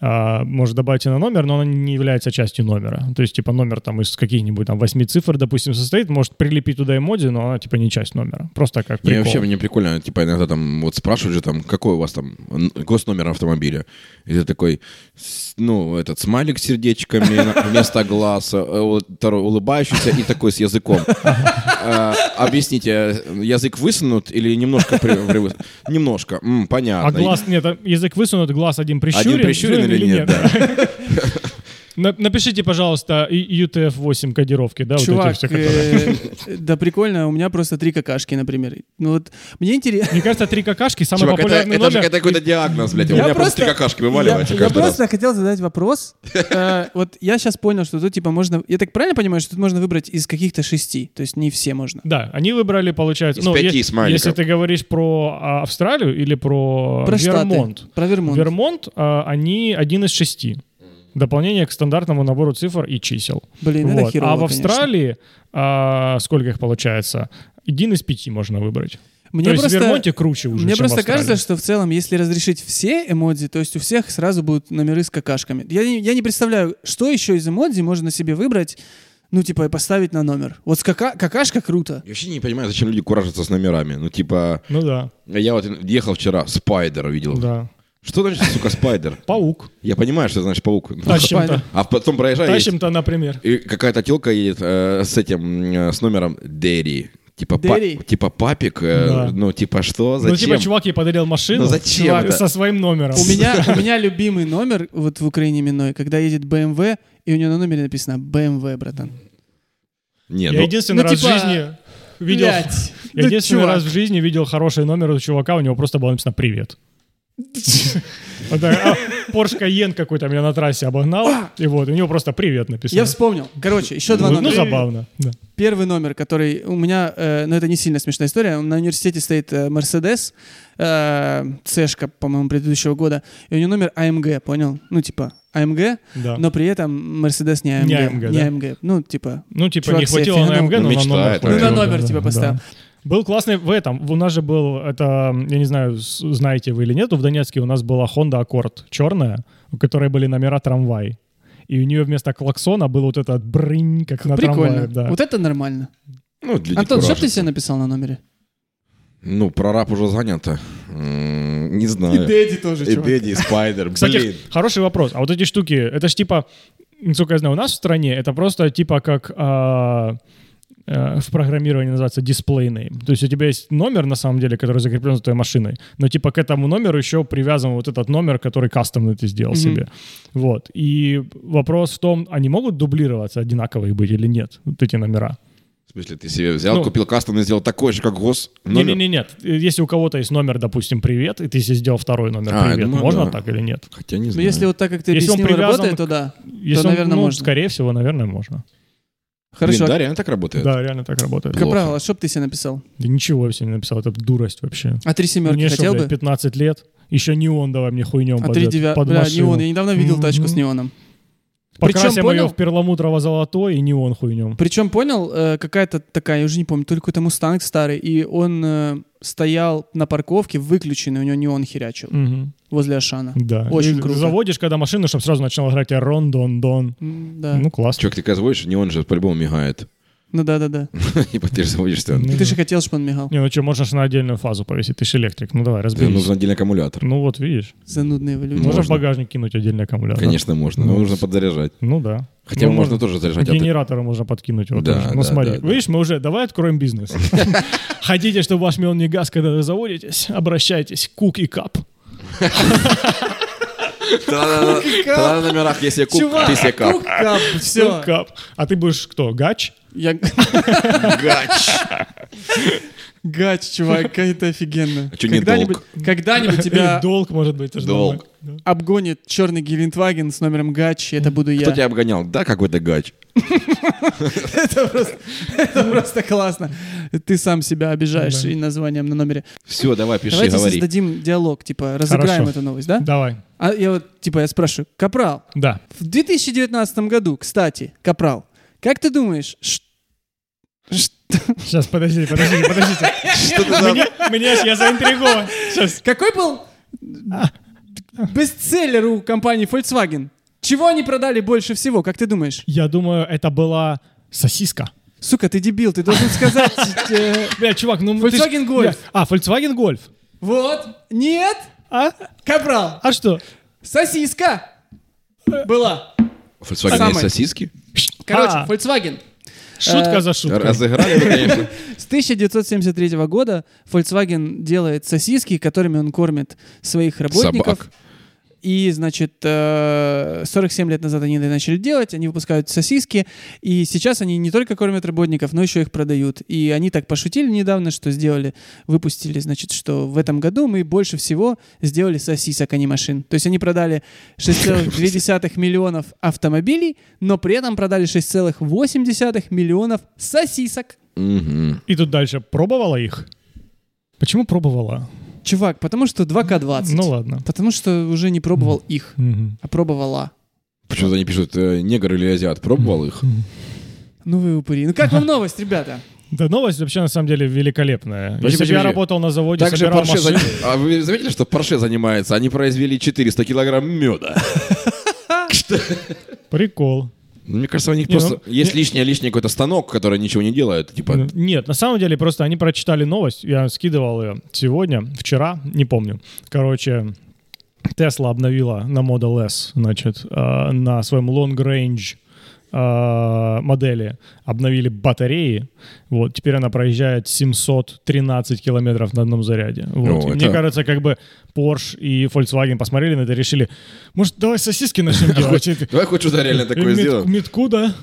А, можешь добавить ее на номер, но она не является частью номера. То есть, типа, номер там из каких-нибудь там восьми цифр, допустим, состоит, может прилепить туда эмодзи, но она, типа, не часть номера. Просто как
Мне
прикол.
вообще мне прикольно, типа иногда там вот спрашивают же там, какой у вас там н- госномер автомобиля. И ты такой, с- ну, этот смайлик с сердечками на- вместо глаз, э, вот второй улыбающийся и такой с языком. А, Объясните, язык высунут или немножко при- при- Немножко, М,
А
понятно.
глаз, нет, а язык высунут, глаз один прищурен.
Один прищурен или нет,
На- Напишите, пожалуйста, и- UTF-8 кодировки, да, вот эти
Чувак,
все, которые-
э, да прикольно, у меня просто три какашки, например. Ну вот, мне интересно...
Мне кажется, три какашки самый
Чувак, это,
популярный
это
номер.
же это какой-то диагноз, блядь. У
Я
меня просто
просто-
три какашки вываливаются
Я, я
каждый раз.
просто хотел задать вопрос. Э, Вот я сейчас понял, что тут типа можно... Я так правильно понимаю, что тут можно выбрать из каких-то шести? То есть не все можно.
Да, они выбрали, получается, ну,
Из пяти
е-
смайликов.
если ты говоришь про а, Австралию или про, а,
Про Штаты.
Вермонт.
Про Вермонт.
Вермонт, а, они один из шести. Дополнение к стандартному набору цифр и чисел.
Блин, это
Вот.
херово,
а в
конечно.
Австралии а, сколько их получается? Один из пяти можно выбрать.
Мне
то есть
просто-
в Вермонте круче уже, чем
Мне
в
просто
Австралии.
кажется, что в целом, если разрешить все эмодзи, то есть у всех сразу будут номеры с какашками. Я не, я не представляю, что еще из эмодзи можно себе выбрать, ну, типа, и поставить на номер. Вот с кака- какашка круто.
Я вообще не понимаю, зачем люди куражатся с номерами. Ну, типа,
Ну да,
я вот ехал вчера, спайдер видел.
да.
Что значит, сука, спайдер?
Паук.
Я понимаю, что значит паук.
Тащим-то.
Спайдер.
А потом проезжаю, есть-
Тащим-то, например.
и какая-то телка едет э, с этим, э, с номером Дерри. Типа, па-
Дерри?
типа папик, э,
Да.
ну типа что,
Ну,
зачем?
типа, чувак ей подарил машину
Ну, зачем
чувак,
это?
со своим номером.
У меня, у меня любимый номер вот в Украине именной, когда едет BMW, и у него на номере написано BMW, братан.
Не,
Я
ну,
единственный
ну,
раз
типа,
в жизни видел...
Блядь,
Я
ну,
единственный
чувак.
раз в жизни видел хороший номер у чувака, у него просто было написано «Привет». Вот так, а, Porsche Cayenne какой-то меня на трассе обогнал, и вот, у него просто «Привет» написано.
Я вспомнил. Короче, еще два
Ну,
номера.
Ну, забавно. да.
Первый номер, который у меня, э, ну это не сильно смешная история, на университете стоит э, Mercedes, э, C-шка, по-моему, предыдущего года, и у него номер AMG, понял? Ну типа AMG,
Да.
но при этом Mercedes не AMG.
Не AMG, да?
Ну типа...
Ну, типа,
Чувак
не
себе
хватило на
фигнул.
МГ, но
Ну,
на
мечта
номер.
это.
хватило.
Ну,
на номер,
Да,
типа,
да.
поставил.
Был классный в этом. У нас же был, это, я не знаю, с- знаете вы или нет, в Донецке у нас была Honda Accord черная, у которой были номера трамвай. И у нее вместо клаксона был вот этот брынь, как на
Прикольно.
трамвае. да.
Вот это нормально.
ну, для
Антон, что
декуража.
ты себе написал на номере?
Ну, прораб уже занято. М, Не знаю.
Дэдди тоже,
И Дэдди, и спайдер,
Кстати,
блин.
хороший вопрос. А вот эти штуки, это ж типа, насколько я знаю, у нас в стране это просто типа как а, э, в программировании называется display name. То есть у тебя есть номер, на самом деле, который закреплен за твоей машиной, но типа к этому номеру еще привязан вот этот номер, который кастомный ты сделал
Мгм.
себе. Вот. И вопрос в том, они могут дублироваться, одинаковые быть или нет, вот эти номера?
В смысле, ты себе взял,
Ну.
купил кастом и сделал такой же, как гос номер?
Не-не-не, нет. Если у кого-то есть номер, допустим, привет, и ты себе сделал второй номер
А, я
привет,
думаю,
можно
да.
так или нет?
Хотя не
Ну,
знаю.
если вот так, как ты
Если он
объяснил,
привязан
работает,
к-
то да.
Если он,
наверное,
ну,
можно.
скорее всего, наверное, можно.
Блин,
Хорошо.
да, реально так работает?
Да, реально так работает.
плохо.
Капрал, а что бы ты себе написал?
Да ничего я себе не написал, это дурость вообще.
А три семерки
Мне что,
хотел
блядь,
бы?
15 лет, еще неон давай мне хуйнем
А
под,
три
это-
девя...
под
Бля,
машину.
неон. Я недавно видел тачку с
Мгм.
неоном.
Покрасим
Причем, понял?
ее в перламутрово-золотой и неон хуйнем.
Причем понял, э, какая-то такая, я уже не помню, только это мустанг старый, и он э, стоял на парковке выключенный, у него неон херячил
Мгм.
возле Ашана.
Да.
Очень
И
круто.
Заводишь, когда машину, чтобы сразу начинала играть тебе рон-дон-дон.
М, Да.
Ну, классно.
Чувак, ты когда заводишь, не он же по-любому мигает.
Ну да, да, да.
И ты же заводишь, что он...
Ну,
Ты же хотел, чтобы он мигал.
Не, ну что, можно же на отдельную фазу повесить, ты же электрик. Ну давай,
Да,
разберись.
нужен отдельный аккумулятор.
Ну вот, видишь.
Занудные вы люди.
Можно.
Можно в багажник кинуть отдельный аккумулятор.
Конечно, можно. Но
Ну,
нужно подзаряжать.
Ну да.
Хотя
Ну,
можно тоже заряжать. от-
Генераторы можно подкинуть. Вот
а Да,
тоже. ну
да,
смотри,
да, да.
видишь, мы уже, давай откроем бизнес. Хотите, чтобы ваш мел не газ, когда вы заводитесь? Обращайтесь, кук и кап.
Тогда тогда на номерах, если куб,
Чувак,
ты себе кап.
Ну
Все.
Кук, кап. А ты будешь кто, гач?
Я...
Гач.
Гач, чувак, это офигенно.
А чё не
когда-нибудь,
долг?
когда-нибудь
Или
тебя
долг, может быть. это ж
Долг.
долг. Да.
обгонит черный Гелендваген с номером Гач, и это буду я.
Кто тебя обгонял? Да, какой-то гач.
Это просто, это просто классно. Ты сам себя обижаешь
Да.
и названием на номере.
Все, давай, пиши,
Давайте
говори.
создадим диалог, типа, разыграем
Хорошо.
эту новость, да?
Давай.
А я вот, типа, я спрашиваю, Капрал,
Да.
в 2019 году, кстати, Капрал, как ты думаешь, ш-
Сейчас, подождите, подождите, подождите.
Что ты за...
Меня, меня ж- я заинтригован. Сейчас.
какой был бестселлер у компании Volkswagen? Чего они продали больше всего, как ты думаешь?
Я думаю, это была сосиска.
Сука, ты дебил, ты должен сказать... э,
Бля, чувак, ну... ты ж-
Volkswagen Golf.
Бля, А, Volkswagen Golf.
Вот, нет,
А?
Капрал,
А что?
сосиска была.
Volkswagen есть
Самый.
сосиски?
Короче,
А.
Volkswagen.
Шутка
Э,
за шуткой.
Разыграли вы, конечно.
С 1973 года Volkswagen делает сосиски, которыми он кормит своих работников.
Собак.
И, значит, э, 47 лет назад они это начали делать, они выпускают сосиски, и сейчас они не только кормят работников, но еще их продают. И они так пошутили недавно, что сделали, выпустили, значит, что в этом году мы больше всего сделали сосисок, а не машин. То есть они продали 6,2 миллионов автомобилей, но при этом продали 6,8 миллионов сосисок.
Мгм.
И тут дальше. Пробовала их? Почему пробовала?
Чувак, потому что 2К20.
Ну ладно.
Потому что уже не пробовал их,
Мгм.
а пробовала.
Почему-то они пишут, э, негр или азиат. Пробовал их?
Ну вы упыри. Ну как вам новость, ребята?
Да новость вообще на самом деле великолепная.
Подожди,
Если бы я
подожди.
работал на заводе,
Также
собирал
Порше...
машины...
за- А вы заметили, что Порше занимается? Они произвели 400 килограмм меда.
Прикол.
Ну, Мне кажется, у них
Не, Ну.
просто есть лишний лишний какой-то станок, который ничего не делает. Типа,
Нет, на самом деле просто они прочитали новость, я скидывал ее сегодня, вчера, не помню. Короче, Тесла обновила на Model S, значит, э, на своем Long Range э, модели обновили батареи. Вот, теперь она проезжает 713 километров на одном заряде. Вот.
О, это-
И Мне кажется, как бы Porsche и Volkswagen посмотрели на это и решили, может, давай сосиски начнем делать. И-
давай хоть что-то реально такое
мет-
сделаем.
Метку, да?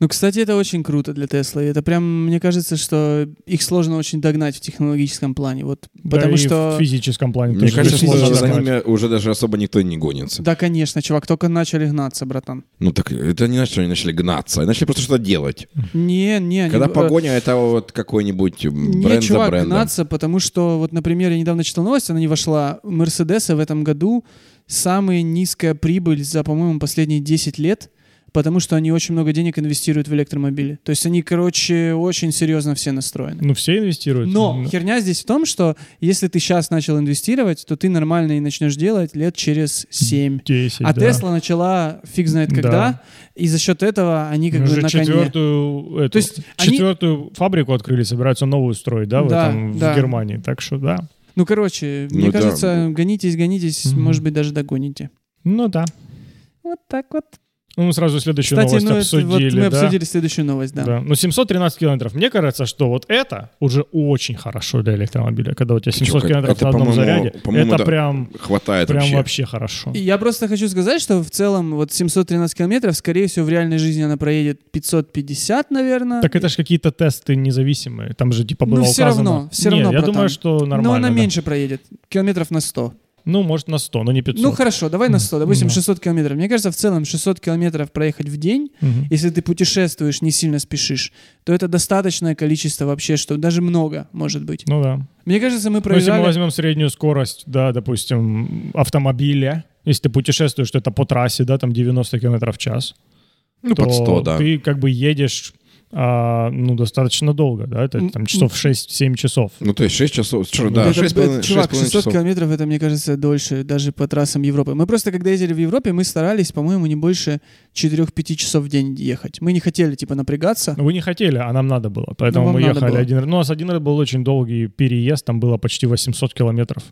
Ну, кстати, это очень круто для Теслы. Это прям, мне кажется, что их сложно очень догнать в технологическом плане. Вот,
Да
потому
и
что...
в физическом плане.
Мне
тоже
кажется,
очень
что
сложно
за
догнать.
ними уже даже особо никто не гонится.
Да, конечно, чувак, только начали гнаться, братан.
Ну так это не значит, что они начали гнаться, они начали просто что-то делать.
Не, не, они-
Когда
э,
погоня, это вот какой-нибудь
Не,
бренд за
чувак,
брендом.
гнаться, потому что, вот, например, я недавно читал новость, она не вошла. У Мерседеса в этом году самая низкая прибыль за, по-моему, последние 10 лет, потому что они очень много денег инвестируют в электромобили. То есть они, короче, очень серьезно все настроены.
Ну, все инвестируют.
Но
Ну,
херня здесь в том, что если ты сейчас начал инвестировать, то ты нормально и начнешь делать лет через 7.
10,
А
да.
Тесла начала фиг знает когда,
Да.
и за счет этого они как
Ну,
бы
уже
на коне.
четвертую, эту,
То есть они-
четвертую фабрику открыли, собираются новую строить, да, в,
Да,
этом,
да.
в Германии. Так что да.
Ну, короче,
Ну
мне
да.
кажется, гонитесь, гонитесь,
Мгм.
может быть, даже догоните.
Ну да.
Вот так вот.
Ну, мы сразу следующую
Кстати,
новость
ну, это вот
обсудили.
мы
да?
обсудили следующую новость, да.
Да. Ну, 713 километров. Мне кажется, что вот это уже очень хорошо для электромобиля. Когда у тебя 700
Чё,
километров
это,
на одном
по-моему,
заряде,
по-моему,
это
да,
прям,
Хватает
прям
вообще.
вообще хорошо.
И Я просто хочу сказать, что в целом вот 713 километров, скорее всего, в реальной жизни она проедет 550, наверное.
Так это же какие-то тесты независимые. Там же типа
Ну,
было
всё
указано.
равно, всё
Не,
равно,
я
братан.
думаю, что нормально.
но она
да.
меньше проедет, километров на 100.
Ну, может, на 100, но не 500.
Ну хорошо, давай на 100, допустим,
Да.
600 километров. Мне кажется, в целом 600 километров проехать в день,
Мгм.
если ты путешествуешь, не сильно спешишь, то это достаточное количество вообще, что даже много, может быть.
Ну да.
Мне кажется, мы
Ну, если мы
проезжали...
возьмем среднюю скорость, да, допустим, автомобиля, если ты путешествуешь, то это по трассе, да, там 90 км в час.
Ну,
то
под 100, да.
ты как бы едешь а, ну, достаточно долго, да, это
М,
там часов 6-7 часов.
Ну, то есть 6 часов, чё,
Ну,
да,
Это,
6,
блядь,
6,5
чувак, 600
часов.
километров, это, мне кажется, дольше, даже по трассам Европы. Мы просто, когда ездили в Европе, мы старались, по-моему, не больше 4-5 часов в день ехать. Мы не хотели, типа, напрягаться.
Вы не хотели, а нам надо было, поэтому
Ну, вам
мы
надо
ехали
было.
один раз. Ну, у нас один раз был очень долгий переезд, там было почти 800 километров.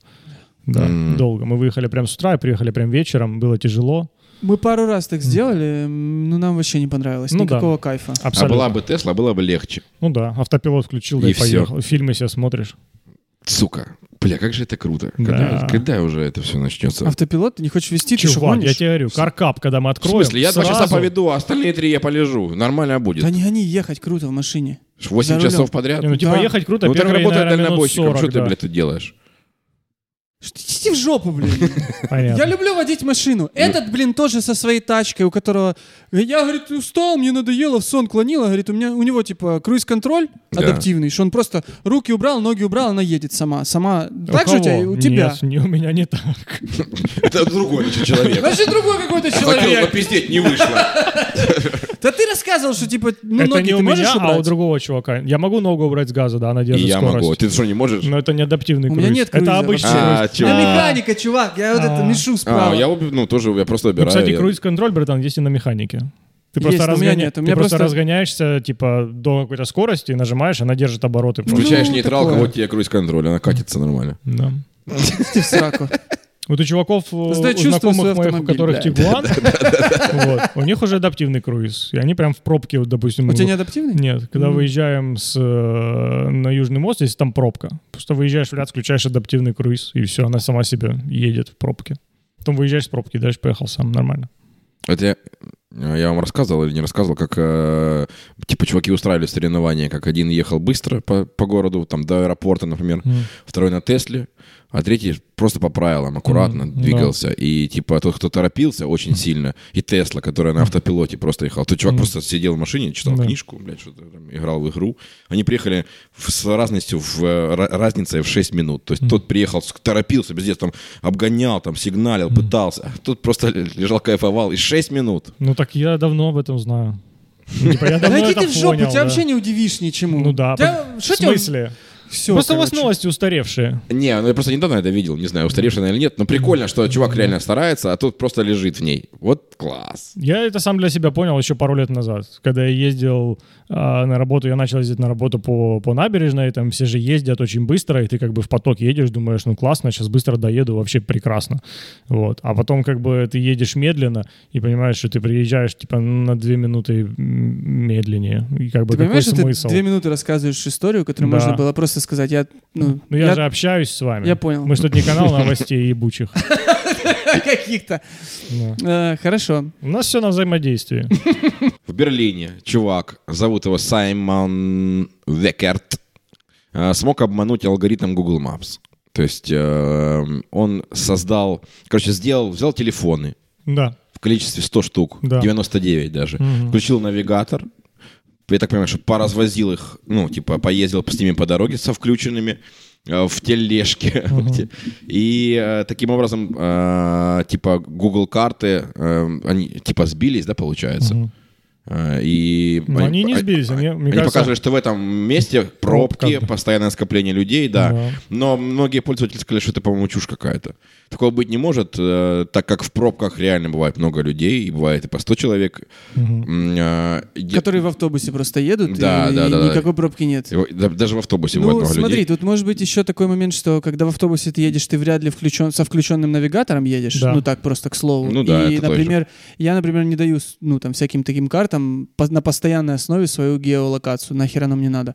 Да,
М.
долго. Мы выехали прям с утра, и приехали прям вечером, было тяжело.
Мы пару раз так сделали, м, но нам вообще не понравилось.
Ну да.
Никакого кайфа.
А
Абсолютно.
была бы Тесла, было бы легче.
Ну да, автопилот включил, да
И
и поехал. Фильмы себе смотришь.
Сука. Бля, как же это круто.
Да.
Когда, когда уже это все начнется?
Автопилот, ты не хочешь вести, ты что,
Чувак, я
гонишь?
тебе говорю, каркап, когда мы
В
откроем,
смысле, я два часа
А сразу-
поведу, а остальные три я полежу. Нормально будет.
Да не они ехать круто в машине.
8
за
часов
рулем.
подряд.
Не, ну, типа,
Да.
ехать круто,
Ну, так
первые,
работает
наверное, минут
дальнобойщиком.
40,
Что ты,
да.
блядь, тут делаешь?
Что- Идите в жопу, блин.
Понятно.
Я люблю водить машину. Этот, блин, тоже со своей тачкой, у которого... э, Я, говорит, устал, мне надоело, в сон клонила. Говорит, у меня у него, типа, круиз-контроль
Да.
адаптивный, что он просто руки убрал, ноги убрал, она едет сама. Сама.
У
так же у тебя?
А кого?
У тебя.
Нет, не, у меня не так.
Это другой еще человек.
Значит, другой какой-то
Хотел
человек.
попиздеть, не вышло.
Да ты рассказывал, что, типа, ну,
это
ноги
не
ты
у меня,
можешь
а у
убрать?
другого чувака. Я могу ногу убрать с газа, да, она
И
держит
я
скорость. Ну,
могу. Ты что, не можешь?
Но это не адаптивный
У
круиз.
меня нет
Это
круиза
обычный
вообще. А,
круиз.
чё?
Я механика, чувак, я вот
А.
это мешу
А,
справа.
я, уб- ну, тоже, я просто
Ну,
обираю.
кстати,
Я-
круиз-контроль, братан, есть и на механике. Ты
Есть,
просто,
но у меня
разгоня-
нет, у
ты
меня
просто
просто-
разгоняешься, типа, до какой-то скорости, нажимаешь, она держит обороты. просто.
Включаешь
Ну,
нейтралку,
такое.
вот тебе круиз-контроль, она катится нормально.
Да.
Ты в сраку.
Вот у чуваков, э, у
Зато я чувствую свой
знакомых моих, у
автомобиль,
которых
да.
Тигуан, вот, у них уже адаптивный круиз. И они прям в пробке, вот, допустим...
У тебя не
вот-
адаптивный?
Нет, когда
М.
выезжаем с, э, на Южный мост, если там пробка, просто выезжаешь в ряд, включаешь адаптивный круиз, и все, она сама себе едет в пробке. Потом выезжаешь с пробки, и дальше поехал сам, нормально.
Это я, э, я вам рассказывал или не рассказывал, как э, типа чуваки устраивали соревнования, как один ехал быстро по, по городу, там до аэропорта, например,
М.
второй на Тесле, а третий просто по правилам, аккуратно
Мгм, да.
двигался. И типа тот, кто торопился очень сильно, и Тесла, которая на автопилоте просто ехала. Тот чувак
Мгм.
просто сидел в машине, читал
Да.
книжку, блядь, что-то там, играл в игру. Они приехали в- с разностью, в, э, ра- разницей в 6 минут. То есть
Мгм.
тот приехал, с- торопился, без там обгонял, там сигналил, пытался. А тот просто л- лежал, кайфовал, и 6 минут.
Ну так я давно об этом знаю. Ну, Типа, я
Да
давно
иди
это
ты в жопу,
понял,
тебя
да.
вообще не удивишь ничему.
Ну да,
Тебя-
в
Что тебя-
смысле?
Всё,
Просто у вас
короче.
новости устаревшие.
Не, ну я просто недавно это видел, не знаю, устаревшая она или нет, но прикольно, что чувак реально старается, а тот просто лежит в ней. Вот класс.
Я это сам для себя понял еще пару лет назад, когда я ездил а, на работу, я начал ездить на работу по, по набережной, там все же ездят очень быстро, и ты как бы в поток едешь, думаешь, ну классно, сейчас быстро доеду, вообще прекрасно. Вот. А потом как бы ты едешь медленно и понимаешь, что ты приезжаешь типа на две минуты м, медленнее. И как бы какой
Ты понимаешь, что
смысл?
ты две минуты рассказываешь историю, которую
Да.
можно было просто сказать. Я, ну,
Ну я, же общаюсь с вами.
я понял.
Мы что тут не канал новостей ебучих.
каких-то.
Да.
Э, Хорошо.
У нас все на взаимодействии.
В Берлине чувак, зовут его Саймон Векерт, э, смог обмануть алгоритм Google Maps. То есть э, он создал, короче, сделал, взял телефоны
Да.
в количестве 100 штук,
Да.
99 даже,
Мгм.
включил навигатор, я так понимаю, что поразвозил их, ну, типа, поездил с ними по дороге со включенными э, в тележке. И э, таким образом, э, типа, Google карты, э, они, типа, сбились, да, получается?
Мгм. Ну,
Э, И
Но они не сбились, они, мне
они
кажется-
показывали, что в этом месте пробки,
Пробка.
постоянное скопление людей, да.
Да.
Но многие пользователи сказали, что это, по-моему, чушь какая-то. Такого быть не может, э, так как в пробках реально бывает много людей, и бывает и по 100 человек.
Мгм.
М, э, я-
Которые в автобусе просто едут,
Да,
и
да, да, да.
никакой пробки нет.
Его- да- Даже в автобусе бывает
Ну,
много
смотри,
людей.
тут может быть еще такой момент, что когда в автобусе ты едешь, ты вряд ли включен, со включенным навигатором едешь.
Да.
Ну, так просто, к слову.
Ну да,
И,
это
например, я, например, не даю, с- ну, там, всяким таким картам по- на постоянной основе свою геолокацию. Нахер оно мне надо.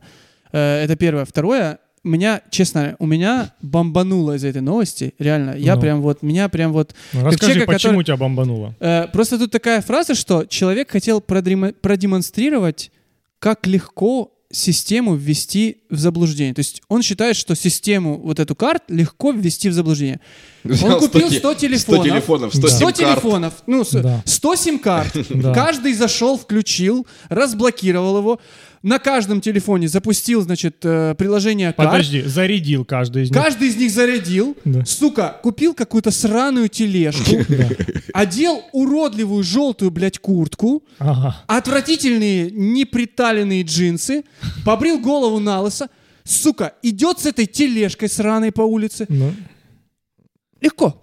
Э, Это первое. Второе, меня, честно, у меня бомбануло из этой новости. Реально, я
Ну.
прям вот, меня прям вот
Ну, Расскажи,
человека,
почему
который-
тебя бомбануло?
Э, Просто тут такая фраза, что человек хотел продремо- продемонстрировать, как легко систему ввести в заблуждение. То есть он считает, что систему вот эту карт легко ввести в заблуждение.
Взял
купил
те-
100 телефонов.
100 телефонов, 100
Да.
100
сим-карт.
телефонов, ну, с-
Да.
100 сим-карт.
Да.
Каждый зашел, включил, разблокировал его. на каждом телефоне запустил, значит, э, приложение карт.
Подожди, зарядил каждый из них.
Каждый из них зарядил,
Да.
сука, купил какую-то сраную тележку, одел уродливую желтую, блядь, куртку,
Ага.
отвратительные неприталенные джинсы, побрил голову на лысо, сука, идет с этой тележкой сраной по улице.
Ну,
Легко.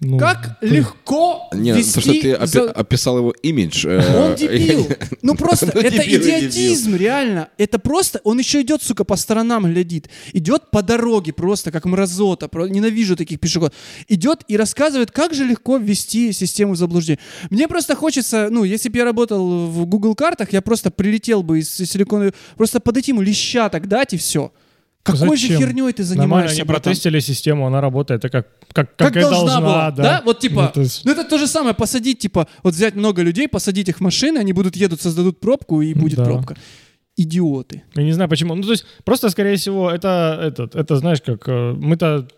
ну,
Как
ты-
легко
Не,
вести
то, что ты опи-
за-
описал его имидж.
Он
э,
дебил. Ну просто,
Ну,
это
дебил и дебил.
идиотизм, реально. Это просто, он еще идет, сука, по сторонам глядит. Идет по дороге просто, как мразота. Про- Ненавижу таких пешеходов. Идет и рассказывает, как же легко ввести систему в заблуждение. Мне просто хочется, ну, если бы я работал в Google картах, я просто прилетел бы из из Силиконовой... Просто подойти ему леща так дать и все. Какой же
Зачем?
херней ты
Нормально,
занимаешься,
они
братан?
протестили систему, она работает, это как, как,
как,
и
должна, была, да? Вот
Ну,
типа,
то есть-
ну это то же самое, посадить, типа, вот взять много людей, посадить их в машины, они будут едут, создадут пробку, и будет
Да.
пробка. Идиоты.
Я не знаю почему. Ну, то есть, просто, скорее всего, это, этот, это знаешь, как э, мы-то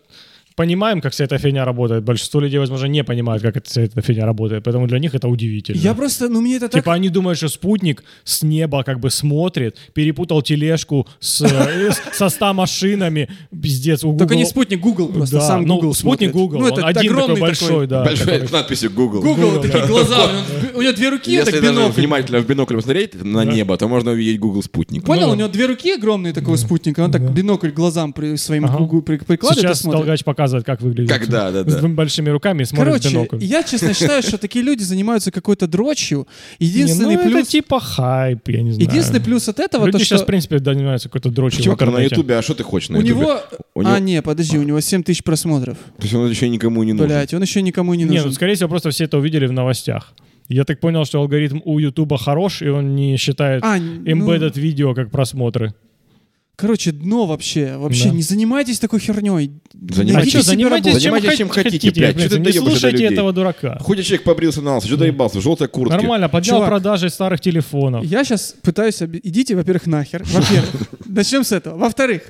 понимаем, как вся эта фигня работает. Большинство людей, возможно, не понимают, как эта вся эта фигня работает, поэтому для них это удивительно.
Я просто, ну мне это так...
Типа они думают, что спутник с неба как бы смотрит, перепутал тележку с, э, с- со ста машинами, пиздец, у
Только
Google-
не спутник Google, просто
Да,
сам
ну,
Google
спутник
смотрит.
Google,
Ну
он
это
один
огромный
такой большой, да.
Большой
который-
с надписью Google.
Google,
Google,
такие
да.
глаза, у него- у него две руки,
Если
так
даже
бинокль.
внимательно в бинокль посмотреть на небо, то можно увидеть Google спутник.
Понял,
Ну.
у него две руки огромные такого спутника, он так
Да.
бинокль глазам при, своим
Ага.
Google при- прикладывает и
Сейчас
смотрит.
Толгач показывает, как выглядит.
Когда, да,
С
да.
двумя большими руками и смотрит в
Короче,
бинокль. ну,
я честно считаю, что такие люди занимаются какой-то дрочью. Единственный
Не, ну,
плюс...
это типа хайп, я не знаю.
Единственный плюс от этого,
Люди
то,
сейчас,
что
в принципе, занимаются какой-то дрочью в
Чувак, на
интернете.
Ютубе, а что ты хочешь на
у
Ютубе?
него...
У него-
А, не, подожди, у него 7 тысяч просмотров.
То есть он еще никому не нужен.
Блять, он еще никому не
Не, ну,
нужен.
скорее всего, просто все это увидели в новостях. Я так понял, что алгоритм у Ютуба хорош, и он не считает
А, н- ну-
embedded видео как просмотры.
Короче, дно вообще. Вообще,
Да.
не занимайтесь такой херней.
Занимайтесь.
Найдите
а что,
себе работу.
занимайтесь чем,
Занимайтесь,
хот-
чем хотите, блядь,
блядь,
чё ты
не
доёбаешься до
слушайте
людей?
этого дурака.
Хуй человек побрился на нос, что доебался, в желтой куртке.
Нормально, поднял
Чувак.
продажи старых телефонов.
Я сейчас пытаюсь... обе- Идите, во-первых, нахер. Во-первых. Начнем с этого. Во-вторых,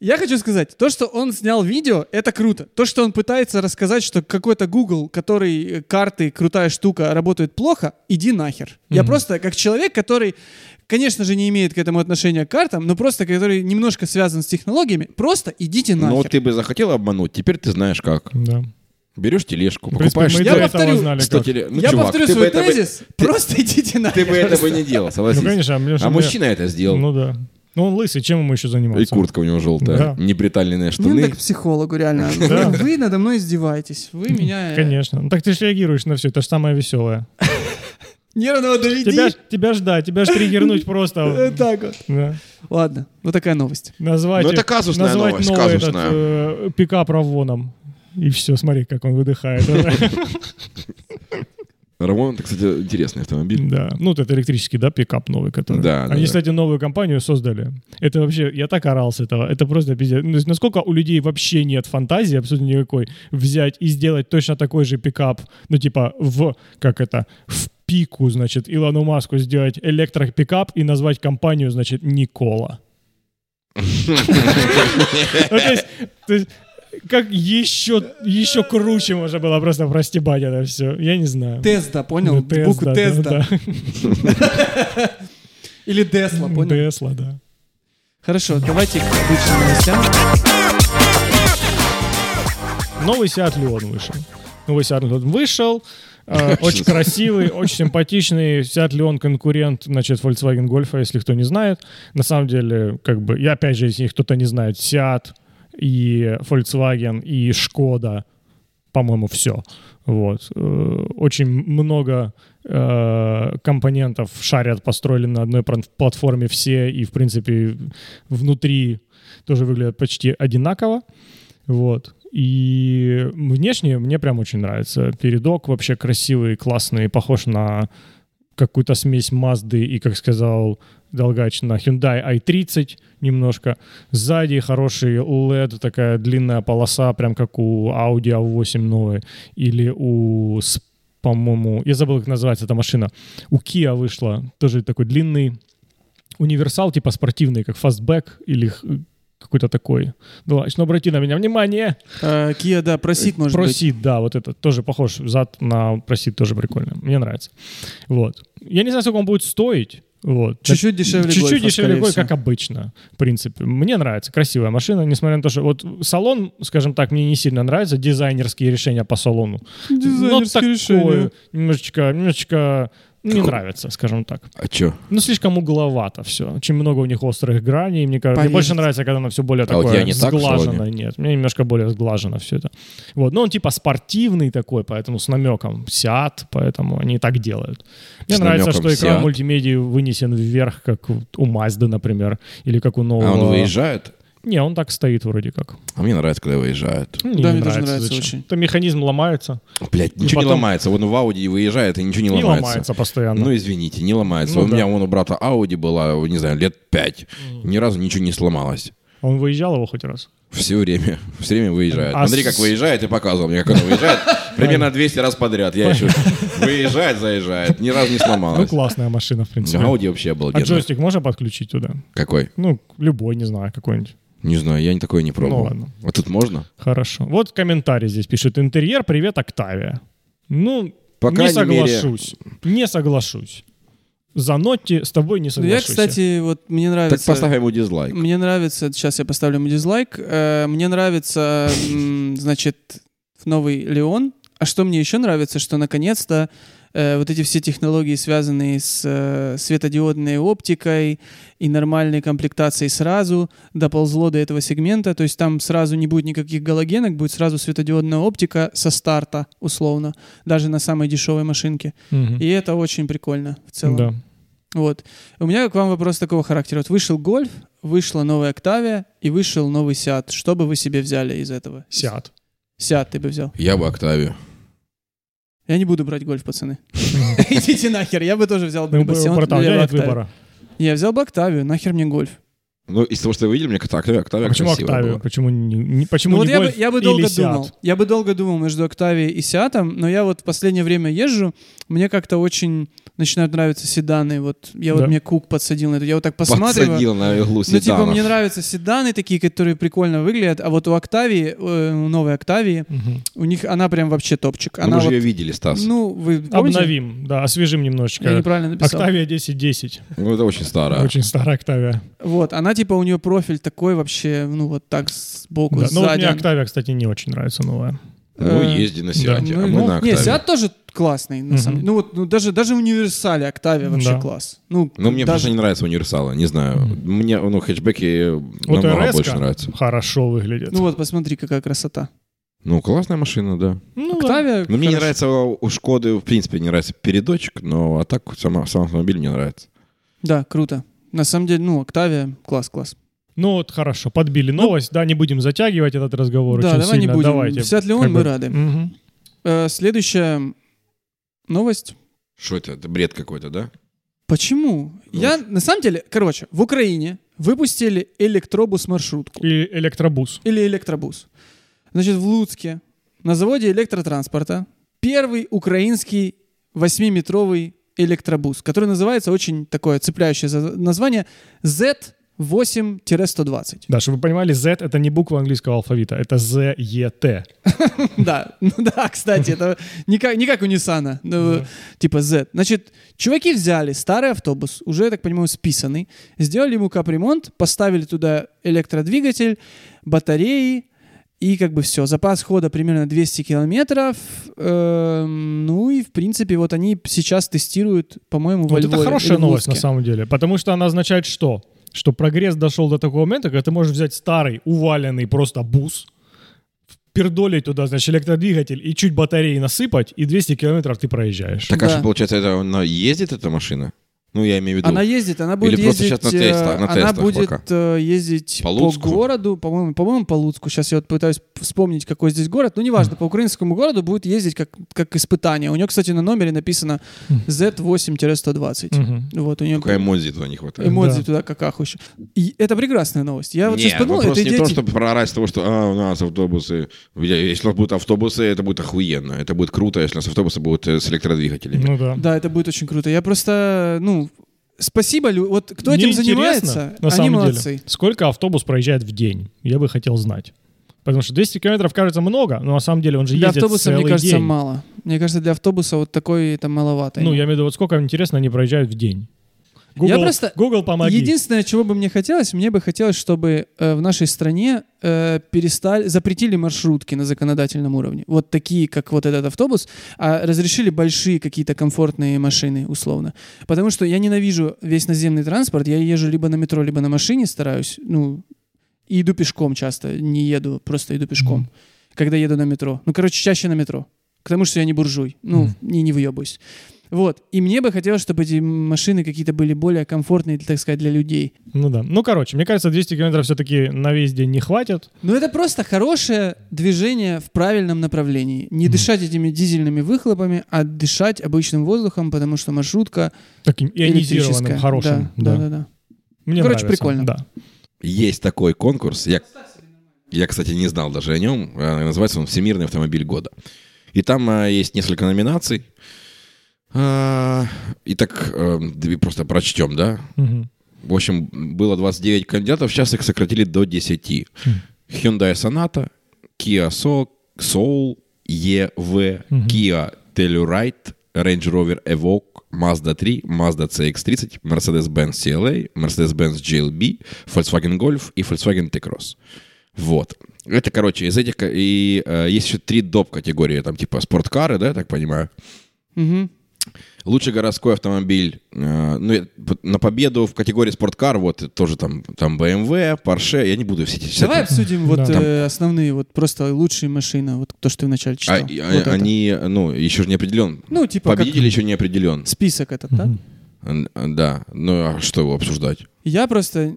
я хочу сказать, то, что он снял видео, это круто. То, что он пытается рассказать, что какой-то Google, который э, карты, крутая штука, работает плохо, иди нахер. Я
Мгм.
просто как человек, который, конечно же, не имеет к этому отношения к картам, но просто который немножко связан с технологиями, просто идите
Но
нахер.
Ну, ты бы захотел обмануть, теперь ты знаешь как.
Да.
Берешь тележку,
В принципе,
покупаешь
мы и
Ну, Я
до
теле-
этого
повторю,
знали,
100
как.
теле- Ну,
я
чувак,
повторю
ты бы
свой
это бы-
тезис. Просто идите нахер.
Ты бы этого не делал, согласись.
Ну, конечно, а мне же-
А
мне-
мужчина это сделал.
Ну да. Ну он лысый, чем ему еще заниматься?
И куртка у него желтая,
Да.
неприталенные
Мне надо
штаны.
Ну, к психологу, реально.
Да.
Вы надо мной издеваетесь. Вы меня э,
Конечно. Ну так ты же реагируешь на все, это же самое веселое.
нервного доведи.
Тебя, ж- тебя ж, да, тебя ж триггернуть просто.
Э, Так вот.
Да.
Ладно, вот такая новость.
Назвать,
Ну, это казусная
назвать
новость,
новый
казусная.
этот, э, пикап Равоном. И все, смотри, как он выдыхает.
Рамон, это, кстати, интересный автомобиль.
Да. Ну, вот это электрический, да, пикап новый, который.
Да, да,
Они,
да.
кстати, новую компанию создали. Это вообще, я так орал с этого. Это просто пиздец. Ну, то есть Насколько у людей вообще нет фантазии абсолютно никакой взять и сделать точно такой же пикап, ну, типа, в, как это, в пику, значит, Илону Маску сделать электропикап и назвать компанию, значит, Никола. Ну, то есть- то есть, как еще, еще круче можно было просто простебать это все. Я не знаю.
Тезда, понял?
Ну, Тесла,
Букву
да,
Тезда.
да.
Или Десла, понял?
Ну, Тесла, да.
Хорошо, давайте к обычным новостям.
Новый Seat Leon вышел. Новый Seat Leon вышел. Э, Очень красивый, очень симпатичный. Seat Leon конкурент, значит, Volkswagen Golf, если кто не знает. На самом деле, как бы, я опять же, если кто-то не знает, Seat и Volkswagen и Шкода, по-моему, все. Вот. Э, Очень много э, компонентов шарят, построили на одной прон- платформе все, и, в принципе, внутри тоже выглядят почти одинаково. Вот. И внешне мне прям очень нравится. Передок вообще красивый, классный, похож на какую-то смесь Мазды и, как сказал Долгач, на Hyundai i30 немножко. Сзади хороший LED, такая длинная полоса, прям как у Audi A8 новой. Или у, С- по-моему, я забыл, как называется эта машина. У Kia вышла тоже такой длинный универсал, типа спортивный, как фастбэк или х- какой-то такой. Долгач, ну обрати на меня внимание.
Э, Кия, да, просить, может быть.
Просит, да, вот этот тоже похож. Зад на просит тоже прикольно. Мне нравится. Вот. Я не знаю, сколько он будет стоить. Вот.
Чуть-чуть дешевле
Чуть-чуть
Гольфа,
дешевле
скорее
Гольфа,
всего.
как обычно, в принципе. Мне нравится, красивая машина, несмотря на то, что вот салон, скажем так, мне не сильно нравится, дизайнерские решения по салону. Но Ну, такое
Ну,
немножечко, немножечко не
Какой-
нравится, скажем так.
А чё?
Ну, слишком угловато все. Очень много у них острых граней. Мне кажется, мне
Поверьте.
больше нравится, когда оно все более
А вот
такое
я не так
сглажено.
сегодня.
Нет, мне немножко более сглажено все это. Вот. Но он типа спортивный такой, поэтому с намеком Сиат, поэтому они и так делают. Мне
С
нравится,
намеком
что экран
Seat.
мультимедии вынесен вверх, как у Мазды, например, или как у нового.
А он выезжает?
Не, он так стоит вроде как.
А мне нравится, когда выезжают.
Мне
Да,
не
мне тоже
нравится,
нравится
зачем.
очень.
Это механизм ломается.
Блядь, ничего не
потом-
ломается. Вон в Ауди и выезжает, и ничего не
Не
ломается.
ломается постоянно.
Ну, извините, не ломается.
Ну
у
да.
меня вон у брата Ауди была, не знаю, лет пять. Ни разу ничего не сломалось.
А Он выезжал его хоть раз?
Все время. Все время выезжает.
А
Смотри,
с-
как выезжает, и показывал мне, как он выезжает. Примерно 200 раз подряд. Я еще выезжает, заезжает. Ни разу не
Ну,
сломалось.
классная машина, в принципе.
Ауди вообще
А
обалденно.
джойстик можно подключить туда?
Какой?
Ну, любой, не знаю, какой-нибудь.
Не знаю, я не такое не
Ну
пробовал.
ладно.
А тут можно?
Хорошо. Вот комментарий здесь пишет. Интерьер, привет, Октавия. Ну,
По
не
крайней мере-
соглашусь. Не соглашусь. Занотти, с тобой не
Ну, Я,
соглашусь.
кстати, вот мне
Так
нравится...
поставь ему дизлайк.
Мне нравится, сейчас я поставлю ему дизлайк. Э, Мне нравится, м, значит, новый Леон. А что мне еще нравится, что наконец-то э, вот эти все технологии, связанные с э, светодиодной оптикой и нормальной комплектацией сразу, доползло до этого сегмента. То есть там сразу не будет никаких галогенок, будет сразу светодиодная оптика со старта, условно, даже на самой дешевой машинке.
Мгм.
И это очень прикольно в целом.
Да.
Вот. У меня к вам вопрос такого характера. Вот вышел Гольф, вышла новая Октавия и вышел новый Сиат. Что бы вы себе взяли из этого?
Сиат.
Сиат ты бы взял.
Я бы Октавию.
Я не буду брать Гольф, пацаны. Идите нахер, я бы тоже взял бы
Ну,
либо Сиат,
братан, у тебя
либо
нет
Октавию.
выбора.
Не, Я взял бы Октавию, нахер мне Гольф.
Ну, из того, что вы видели, мне как-то Октавия, Октавия
А Почему
красивая
Октавию?
была.
Почему не, не- почему
Ну вот
не
я бы,
Гольф
я бы
или
долго
Сиат?
думал. Я бы долго думал между Октавией и Сиатом, но я вот в последнее время езжу, мне как-то очень начинают нравиться седаны. Вот я
Да?
вот мне Кук подсадил на это. Я вот так посматриваю.
Подсадил на иглу
Ну, типа,
седана.
мне нравятся седаны такие, которые прикольно выглядят, а вот у Октавии, э, у новой Октавии,
Мгм.
у них она прям вообще топчик.
Ну,
Она
мы же
вот-
ее видели, Стас.
ну, вы помните?
Обновим, да, освежим немножечко.
Я неправильно написал.
Октавия 1010.
Ну, это очень старая.
Очень старая Октавия.
Вот, она типа, у нее профиль такой вообще, ну, вот так сбоку,
Да, Ну, вот
сзади.
мне Октавия, кстати, не очень нравится новая.
Ну,
Э,
езди на Сиате,
Ну,
а мы
ну,
на
не,
Октаве.
Сиат тоже классный, на
Мгм.
самом деле. Ну, вот, ну, даже, даже в универсале Октавия вообще
Да.
класс. Ну,
Ну, мне
даже...
даже не нравятся универсалы, не знаю.
Мгм.
Мне, ну, хэтчбеки
Вот
намного
RS-ка
больше нравятся.
хорошо выглядит.
Ну вот, посмотри, какая красота.
Ну, классная машина, да.
Ну, да.
Октавия...
Но мне не
хорошо.
нравится у Шкоды, в принципе, не нравится передочек, но а так сама, сам автомобиль мне нравится.
Да, круто. На самом деле, ну, Октавия, класс, класс.
Ну вот хорошо, подбили новость, да, не будем затягивать этот разговор
Ну, да,
очень
давай
сильно.
не будем.
Давайте.
Сиат Леон,
Как бы-
мы рады.
Мгм.
Э, следующая новость.
Что это? Это бред какой-то, да?
Почему?
Ну,
Я на самом деле, короче, в Украине выпустили электробус маршрутку
И электробус.
или электробус. Значит, в Луцке на заводе электротранспорта первый украинский восьмиметровый электробус, который называется очень такое цепляющее за- название Z8-120.
Да, чтобы вы понимали, Z это не буква английского алфавита, это Z-E-T.
Да, ну да, кстати, это не как, не как у Ниссана, ну,
Да.
типа Z. Значит, чуваки взяли старый автобус, уже, я так понимаю, списанный, сделали ему капремонт, поставили туда электродвигатель, батареи и как бы все. Запас хода примерно 200 километров. Эм, ну и, в принципе, вот они сейчас тестируют, по-моему, во
Вот это
Львове или
хорошая
в
новость на
Луцке.
самом деле, потому что она означает что? Что прогресс дошел до такого момента, когда ты можешь взять старый, уваленный просто бус, пердолить туда, значит, электродвигатель и чуть батареи насыпать, и 200 километров ты проезжаешь.
Так
Да.
а что, получается, это она ездит, эта машина? Ну, я имею в виду.
Она ездит, она будет
Или просто
ездить,
сейчас на
э,
тестах- на
она
тестах
будет
пока.
э, ездить
По
по,
Луцку?
городу, по-моему, по-моему, по Луцку. Сейчас я вот пытаюсь вспомнить, какой здесь город. Ну, неважно, по украинскому городу будет ездить как, как испытание. У нее, кстати, на номере написано
Хм.
Z8-120.
Мгм.
Вот у нее
Только эмодзи туда не хватает.
эмодзи
Да.
туда какаху еще. И это прекрасная новость. Я вот
Не,
сейчас подумал,
вопрос
это
не
идея... типа-
то, чтобы проорать с того, что «А, у нас автобусы. Я- Если у нас будут автобусы, это будет охуенно. Это будет круто, если у нас автобусы будут э, с электродвигателями.
Ну да.
Да, это будет очень круто. Я просто, ну, спасибо, лю- вот кто
Мне
этим
интересно,
занимается,
на
они
самом
молодцы.
деле, сколько автобус проезжает в день? Я бы хотел знать. Потому что 200 километров кажется много, но на самом деле он же
Для
ездит
автобуса,
целый
мне кажется,
день.
мало. Мне кажется, для автобуса вот такой это маловато.
Ну, я имею в виду, вот сколько, интересно, они проезжают в день. Google,
просто-
Google, помоги.
Единственное, чего бы мне хотелось, мне бы хотелось, чтобы э, в нашей стране э, перестали, запретили маршрутки на законодательном уровне. Вот такие, как вот этот автобус, а разрешили большие какие-то комфортные машины, условно. Потому что я ненавижу весь наземный транспорт, я езжу либо на метро, либо на машине, стараюсь, ну, и иду пешком часто, не еду, просто иду пешком,
Мгм.
когда еду на метро. Ну, короче, чаще на метро, потому что я не буржуй, ну,
Мгм.
не, не выебусь. Вот. И мне бы хотелось, чтобы эти машины какие-то были более комфортные, так сказать, для людей.
Ну да. Ну, короче, мне кажется, 200 километров все-таки на весь день не хватит.
Но это просто хорошее движение в правильном направлении. Не
Мгм.
дышать этими дизельными выхлопами, а дышать обычным воздухом, потому что маршрутка
Таким ионизированным,
электрическая.
хорошим.
Да,
Да.
да, да. да.
Мне
Короче,
нравится.
прикольно.
Да.
Есть такой конкурс. Я, я, кстати, не знал даже о нем. Э, Называется он «Всемирный автомобиль года». И там э, есть несколько номинаций. А, Итак, э, д- просто прочтем, да?
Мгм.
В общем, было 29 кандидатов, сейчас их сократили до 10.
Хм.
Hyundai Sonata, Kia Soul, Soul EV,
Мгм.
Kia Telluride, Range Rover Evoque, Mazda 3, Mazda CX-30, Mercedes-Benz CLA, Mercedes-Benz GLB, Volkswagen Golf и Volkswagen T-Cross. Вот. Это, короче, из этих... ка- И э, есть еще три доп. категории, там типа спорткары, да, я так понимаю.
Мгм.
Лучший городской автомобиль. э, ну, я п- на победу в категории спорткар, вот тоже там, там BMW, Porsche, я не буду все эти... читать.
Давай обсудим вот
Да.
э,
Там-
основные, вот просто лучшие машины, вот то, что ты вначале
А,
читал.
и-
Вот это.
они, ну, еще же не определен.
Ну, типа как
Победитель еще не определен.
список этот, да?
Мгм.
Н- Да, ну а что его обсуждать?
Я просто...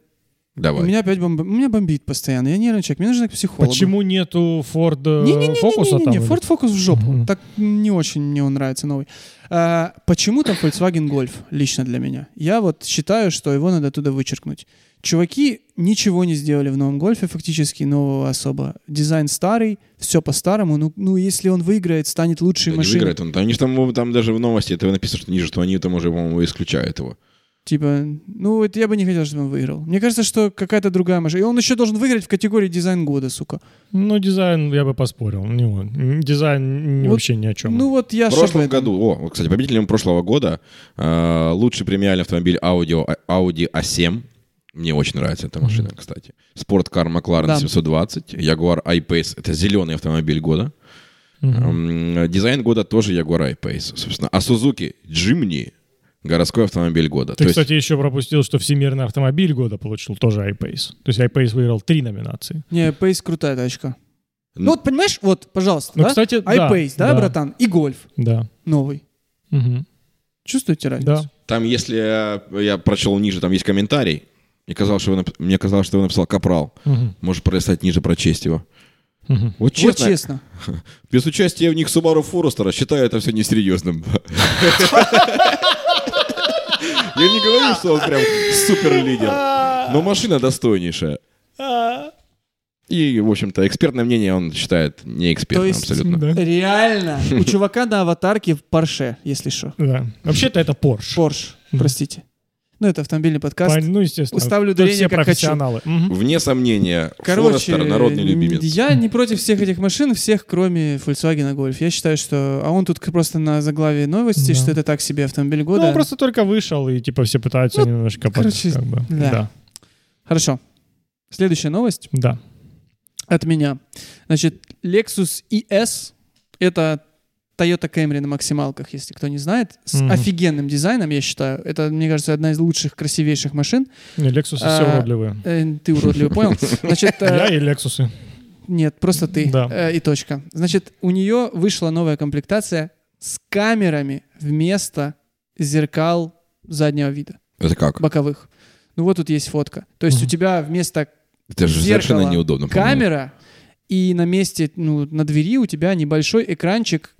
У
Давай.
меня опять бомб... у меня бомбит постоянно. Я нервный человек, мне нужно к психологу.
Почему нету Ford э, Focus?
Не-не-не-не-не,
там?
Ford Focus в жопу.
Мгм.
Так не очень мне он нравится новый. А, почему там Volkswagen Golf лично для меня? Я вот считаю, что его надо туда вычеркнуть. Чуваки ничего не сделали в новом гольфе фактически, нового особо. Дизайн старый, все по-старому. Ну, ну, если он выиграет, станет
Да
лучшей
не
машиной.
выиграет он. Там, они же там, его- там даже в новости этого написано, что ниже, что они там уже, по-моему, исключают его.
Типа, ну, это я бы не хотел, чтобы он выиграл. Мне кажется, что какая-то другая машина. И он еще должен выиграть в категории дизайн года, сука.
Ну, дизайн я бы поспорил. Не он. М, Дизайн не-
Вот,
вообще ни о чем.
Ну, вот я
В
ж
прошлом
об этом.
году, о, вот, кстати, победителем прошлого года э, лучший премиальный автомобиль Audi, А, Audi A7. Мне очень нравится эта машина, кстати. Спорткар McLaren
Да.
720, Jaguar I-Pace. Это зеленый автомобиль года. М, Дизайн года тоже Jaguar I-Pace, собственно. А Suzuki Jimny городской автомобиль года.
Ты,
То есть-
кстати, еще пропустил, что Всемирный автомобиль года получил тоже iPace. То есть iPace выиграл три номинации.
Не, Pace крутая тачка. Ну,
Ну,
вот, понимаешь, вот, пожалуйста,
Ну,
да?
кстати, да,
iPace, да,
да.
братан? И гольф
Да.
новый.
Мгм.
Чувствуете разницу?
Да.
Там, если э, я прочел ниже, там есть комментарий. Мне казалось, что его, нап- мне казалось, что его написал Капрал.
Мгм.
Может, пролистать ниже, прочесть его.
Мгм.
Вот
Вот
честно,
честно.
без участия в них Subaru Forester считаю это все несерьезным. Я не говорю, что он прям супер лидер, но машина достойнейшая. И, в общем-то, экспертное мнение он считает не
То
экспертным
есть,
абсолютно.
Да.
Реально. У чувака на аватарке в Порше, если что.
Да. Вообще-то это Porsche.
Порш, простите. Ну, это автомобильный подкаст.
Пон- Ну, естественно.
Уставлю
Тут
ударение,
все
как хочу. Ну,
профессионалы. Мгм.
Вне сомнения,
Короче, э,
Форестер народный любимец.
я не против всех этих машин, всех, кроме Volkswagen Golf. Я считаю, что... А он тут к- просто на заглаве
Да.
новости, что это так себе автомобиль
Ну,
года.
он просто только вышел, и типа все пытаются
Ну,
немножко... под-
короче,
как бы.
да.
Да.
Хорошо. Следующая новость.
Да.
От меня. Значит, Lexus ES — это Toyota Camry на максималках, если кто не знает, с
Мгм.
офигенным дизайном, я считаю. Это, мне кажется, одна из лучших, красивейших машин.
Не, Лексусы все
А,
уродливые. А
Э, ты уродливо понял. Значит,
Я
э,
и Лексусы.
нет, просто ты
Да.
э, и точка. Значит, у нее вышла новая комплектация с камерами вместо зеркал заднего вида,
Это как?
боковых. Ну вот тут есть фотка. То есть у
Мгм.
тебя вместо
Это же
зеркало,
совершенно неудобно. по-моему.
камера, и на месте, ну, на двери у тебя небольшой экранчик,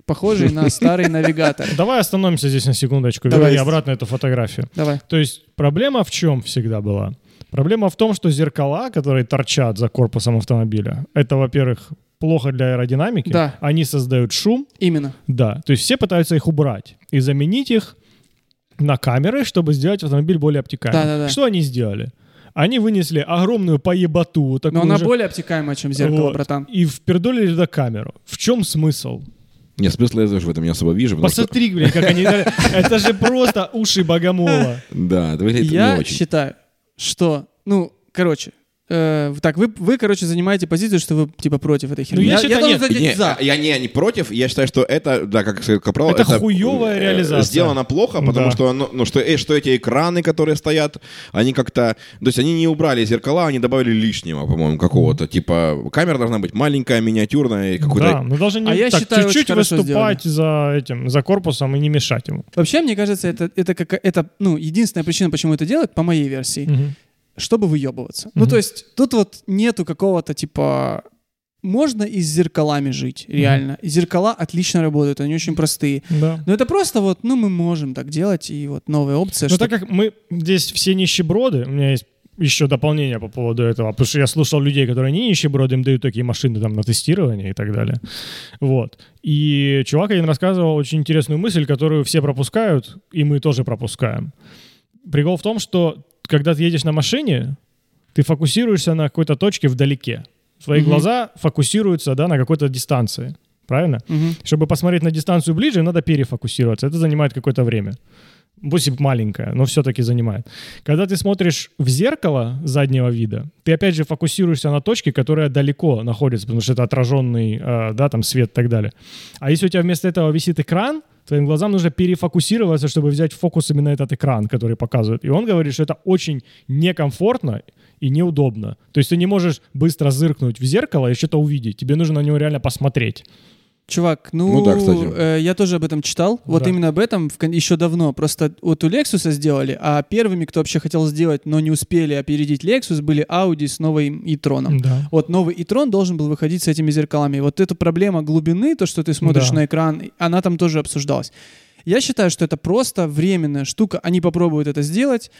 похожий на старый навигатор.
Давай остановимся здесь на секундочку.
Давай.
Верни обратно эту фотографию.
Давай.
То есть проблема в чем всегда была? Проблема в том, что зеркала, которые торчат за корпусом автомобиля, это, во-первых, плохо для аэродинамики.
Да.
Они создают шум.
Именно.
Да. То есть все пытаются их убрать и заменить их на камеры, чтобы сделать автомобиль более обтекаемым.
Да-да-да.
Что они сделали? Они вынесли огромную поеботу. Такую
Но она
же-
более обтекаемая, чем зеркало,
Вот.
братан.
И впердолили до камеру. В чем смысл?
Нет, смысла я даже в этом не особо вижу. потому что-
Посмотри, блин, как они... Это же просто уши богомола.
Да, это выглядит
Я
не очень.
считаю, что, ну, короче, э, так, вы, вы, короче, занимаете позицию, что вы, типа, против этой херни.
Ну, я считаю,
должен
нет.
сказать
Не, а
за.
Я не, не против, я считаю, что это, да, как сказал Капрал,
Это хуёвая
э,
реализация.
Сделано плохо, потому
Да.
что, оно- ну, что, э, что эти экраны, которые стоят, они как-то, то есть они не убрали зеркала, они добавили лишнего, по-моему, какого-то. Типа камера должна быть маленькая, миниатюрная, и
Да,
какой-то...
мы должны не
А я
так
считаю, очень
чуть-чуть
хорошо
выступать за этим, за корпусом и не мешать ему.
Вообще, мне кажется, это, это, как, это ну, единственная причина, почему это делают, по моей версии,
Мгм.
чтобы выебываться. Ну,
Мгм.
то есть, тут вот нету какого-то, типа... Можно и с зеркалами жить, реально. И Зеркала отлично работают, они очень простые.
Да.
Но это просто вот, ну, мы можем так делать, и вот новая опция.
Но
что-
Ну, так как мы здесь все нищеброды, у меня есть еще дополнение по поводу этого, потому что я слушал людей, которые не нищеброды, им дают такие машины там на тестирование и так далее. Вот. И чувак один рассказывал очень интересную мысль, которую все пропускают, и мы тоже пропускаем. Прикол в том, что когда ты едешь на машине, ты фокусируешься на какой-то точке вдалеке. Твои
Мгм.
глаза фокусируются да, на какой-то дистанции. Правильно?
Мгм.
Чтобы посмотреть на дистанцию ближе, надо перефокусироваться. Это занимает какое-то время. Пусть и маленькое, но все-таки занимает. Когда ты смотришь в зеркало заднего вида, ты опять же фокусируешься на точке, которая далеко находится, потому что это отраженный, э, да, там свет и так далее. А если у тебя вместо этого висит экран, твоим глазам нужно перефокусироваться, чтобы взять фокус именно этот экран, который показывает. И он говорит, что это очень некомфортно и неудобно. То есть ты не можешь быстро зыркнуть в зеркало и что-то увидеть. Тебе нужно на него реально посмотреть.
Чувак, ну,
Ну да, кстати.
э, я тоже об этом читал. Вот
Ну Да.
именно об этом в кон- еще давно. Просто вот у Lexus сделали, а первыми, кто вообще хотел сделать, но не успели опередить Lexus, были Audi с новым e-tron.
Да.
Вот новый e-tron должен был выходить с этими зеркалами. И Вот эта проблема глубины, то, что ты смотришь
Да.
на экран, она там тоже обсуждалась. Я считаю, что это просто временная штука. Они попробуют это сделать,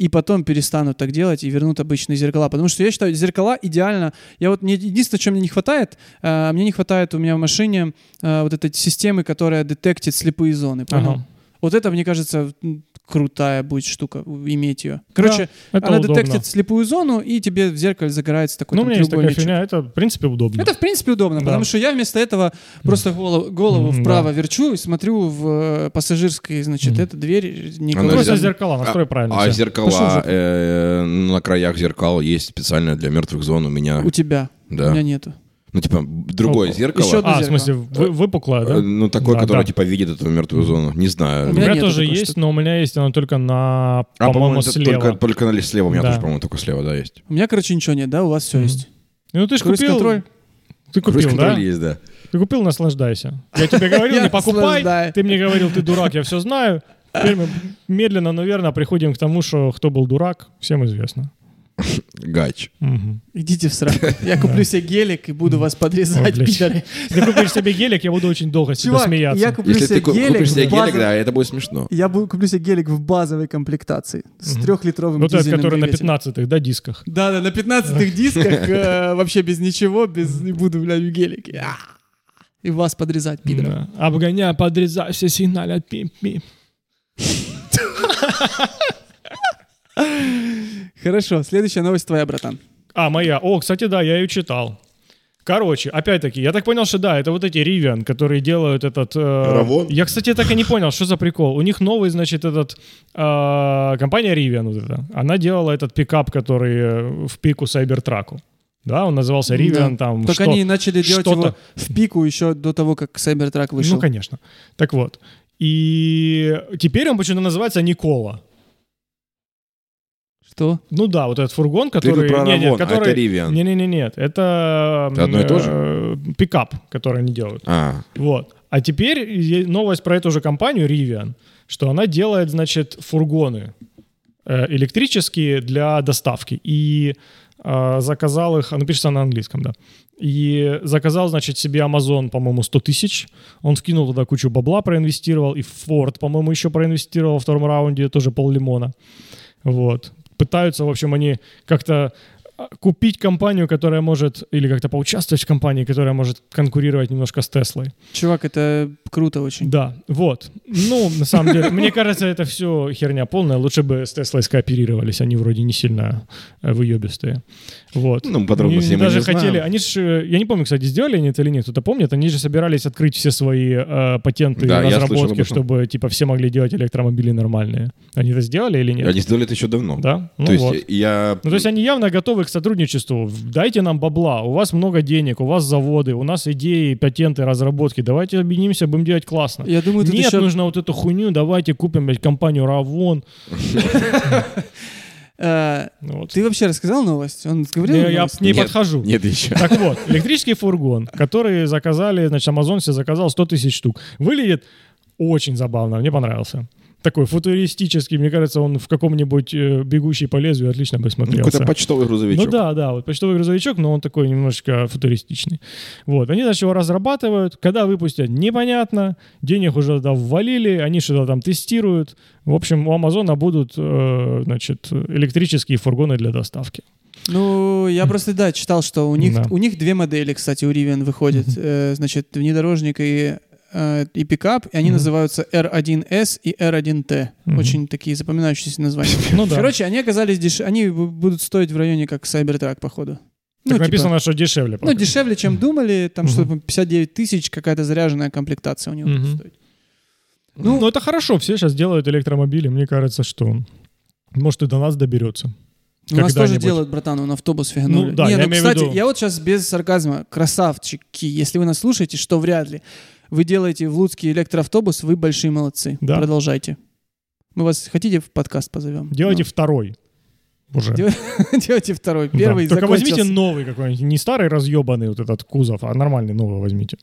и потом перестанут так делать и вернут обычные зеркала. Потому что я считаю, зеркала идеально. Я вот мне, единственное, чего мне не хватает, э, мне не хватает у меня в машине э, вот этой системы, которая детектит слепые зоны. Понял?
Ага.
Вот это, мне кажется, м, крутая будет штука у- иметь ее. Короче,
Это
она
удобно.
детектит слепую зону, и тебе в зеркале загорается такой
Ну, у
там
меня есть такая
треугольничек.
фигня, это, в принципе, удобно.
Это, в принципе, удобно,
Да.
потому что я вместо этого просто голову, голову
М,
вправо
да.
верчу и смотрю в э, пассажирской, значит,
Мгм.
эта дверь.
Она
Никакой...
Просто
зер-
зеркала, настрой правильно.
А
всё.
Пошёл в
зеркала,
жопу.
э, на краях зеркал есть специально для мертвых зон у меня,
У тебя. У
да.
меня нету.
Ну, типа, другое
О,
зеркало,
ещё-
А, в
зеркало.
смысле, вы- выпуклая,
э,
да?
ну, такое,
Да,
которое,
да.
типа, видит эту мертвую зону. Не
У
знаю.
У
меня
меня
нету
тоже
такой
есть,
штуки.
но у меня есть она только на,
А,
по-моему,
это
слева.
Только, только на слева у меня
Да.
тоже, по-моему, только слева, да, есть.
У меня, короче, ничего нет, да? У вас все
Мгм.
есть.
Ну, ты же купил,
Круиз-контроль.
ты купил, да?
Круиз-контроль есть, да.
Ты купил, наслаждайся. Я тебе говорил,
Я
не покупай.
наслаждаюсь.
Ты мне говорил, ты дурак, я все знаю. Теперь мы медленно, но верно приходим к тому, что кто был дурак, всем известно.
Гач.
Мгм.
Идите в сраку. Я куплю себе гелик и буду вас подрезать,
О, блядь.
пидоры.
Ты купишь себе гелик, я буду очень долго с тебя
Чувак,
смеяться.
я куплю
Если
себе
ты ку-
гелик.
купишь себе
в
гелик,
базовой-
да, это будет смешно.
Я бу- куплю себе гелик в базовой комплектации с
Мгм.
трехлитровым
Вот этот,
дизельным
который на
двигателем.
15-х, да, дисках.
Да, да, на 15 дисках э, вообще без ничего, без не буду, бля, в гелике. А! И вас подрезать, пидоры.
Да. Обгоняй, подрезай, все сигналят, пип-пип.
Хорошо, следующая новость твоя, братан.
А, моя. О, кстати, да, я ее читал. Короче, опять-таки, я так понял, что да, это вот эти Rivian, которые делают этот... э,
Равон?
Я, кстати, так и не понял, что за прикол. У них новый, значит, этот... э, компания Rivian вот эта, она делала этот пикап, который э, в пику Сайбертраку. Да, он назывался Rivian
Да.
там...
Только
Ну что-
они начали делать
что-то.
его в пику еще до того, как Cybertruck вышел.
Ну, конечно. Так вот. И теперь он почему-то называется Никола.
Что?
Ну да, вот этот фургон,
Ты
который...
тут про
не, нет,
Равон, а это
который...
Ривиан.
Не-не-не, нет, это...
Это одно и то
же? Пикап, который они делают.
А,
Вот. А теперь е- новость про эту же компанию Rivian, что она делает, значит, фургоны э, электрические для доставки. И э, заказал их, ну, пишется на английском, да. И заказал, значит, себе Amazon, по-моему, 100 тысяч. Он вкинул туда кучу бабла, проинвестировал. И Ford, по-моему, еще проинвестировал во втором раунде, тоже пол лимона. Вот. Пытаются, в общем, они как-то а, купить компанию, которая может, или как-то поучаствовать в компании, которая может конкурировать немножко с Теслой.
Чувак, это круто очень.
Да, вот. Ну, на самом деле, мне кажется, это все херня полная. Лучше бы с Теслой скооперировались. Они вроде не сильно э, выебистые. Вот.
Ну, подробностей
Они
мы не
даже
знаем.
хотели... а Они же... Я не помню, кстати, сделали они это или нет. Кто-то помнит? Они же собирались открыть все свои э, патенты
Да, я
и
слышал об
разработки,
этом.
чтобы, типа, все могли делать электромобили нормальные. Они это сделали или нет?
Они сделали это еще давно.
Да? Ну,
то есть
вот.
я...
Ну, то есть они явно готовы к сотрудничеству. Дайте нам бабла, у вас много денег, у вас заводы, у нас идеи, патенты, разработки. Давайте объединимся, будем делать классно.
Я думаю, тут
Нет, ну
еще...
нужно вот эту хуйню, давайте купим блядь, компанию Равон.
э,
Ну, вот.
Ты вообще рассказал новость? Он говорил
Я, я
новость?
к ней
ну, Нет,
подхожу.
Нет еще.
Так вот, электрический фургон, который заказали, значит, Amazon себе заказал 100 тысяч штук. Выглядит очень забавно, мне понравился. Такой футуристический, мне кажется, он в каком-нибудь э, бегущей по лезвию отлично бы
Ну,
смотрелся.
Какой-то почтовый грузовичок.
Ну да, да, вот почтовый грузовичок, но он такой немножечко футуристичный. Вот, они, значит, его разрабатывают, когда выпустят, непонятно, денег уже туда ввалили, они что-то там тестируют. В общем, у Амазона будут, э, значит, электрические фургоны для доставки.
Ну, я просто, да, читал, что у них,
Да.
у них две модели, кстати, у Rivian выходит. Э, Значит, внедорожник и, э, и пикап, и они
Мгм.
называются R1S и R1T.
Мгм.
Очень такие запоминающиеся названия.
Ну да,
Короче, они оказались дешевле. Они бу- будут стоить в районе как Cybertruck, походу.
так
типа,
написано, что дешевле. пока.
ну, дешевле, чем думали. Там
Мгм.
что-то 59 тысяч, какая-то заряженная комплектация у него будет
Мгм.
стоить.
Ну, это хорошо, все сейчас делают электромобили, мне кажется, что может и до нас доберется.
У нас тоже
Когда-нибудь.
делают, братан, он автобус фиганули.
Ну да,
Не,
я
ну,
имею в
кстати,
виду-
я вот сейчас без сарказма, красавчики, если вы нас слушаете, что вряд ли, вы делаете в Луцке электроавтобус, вы большие молодцы.
Да.
Продолжайте. Мы вас хотите в подкаст позовем?
Делайте второй. Уже.
Дел- Делайте второй,
Да.
первый
Только возьмите
закончился.
новый какой-нибудь, не старый разъебанный вот этот кузов, а нормальный новый возьмите.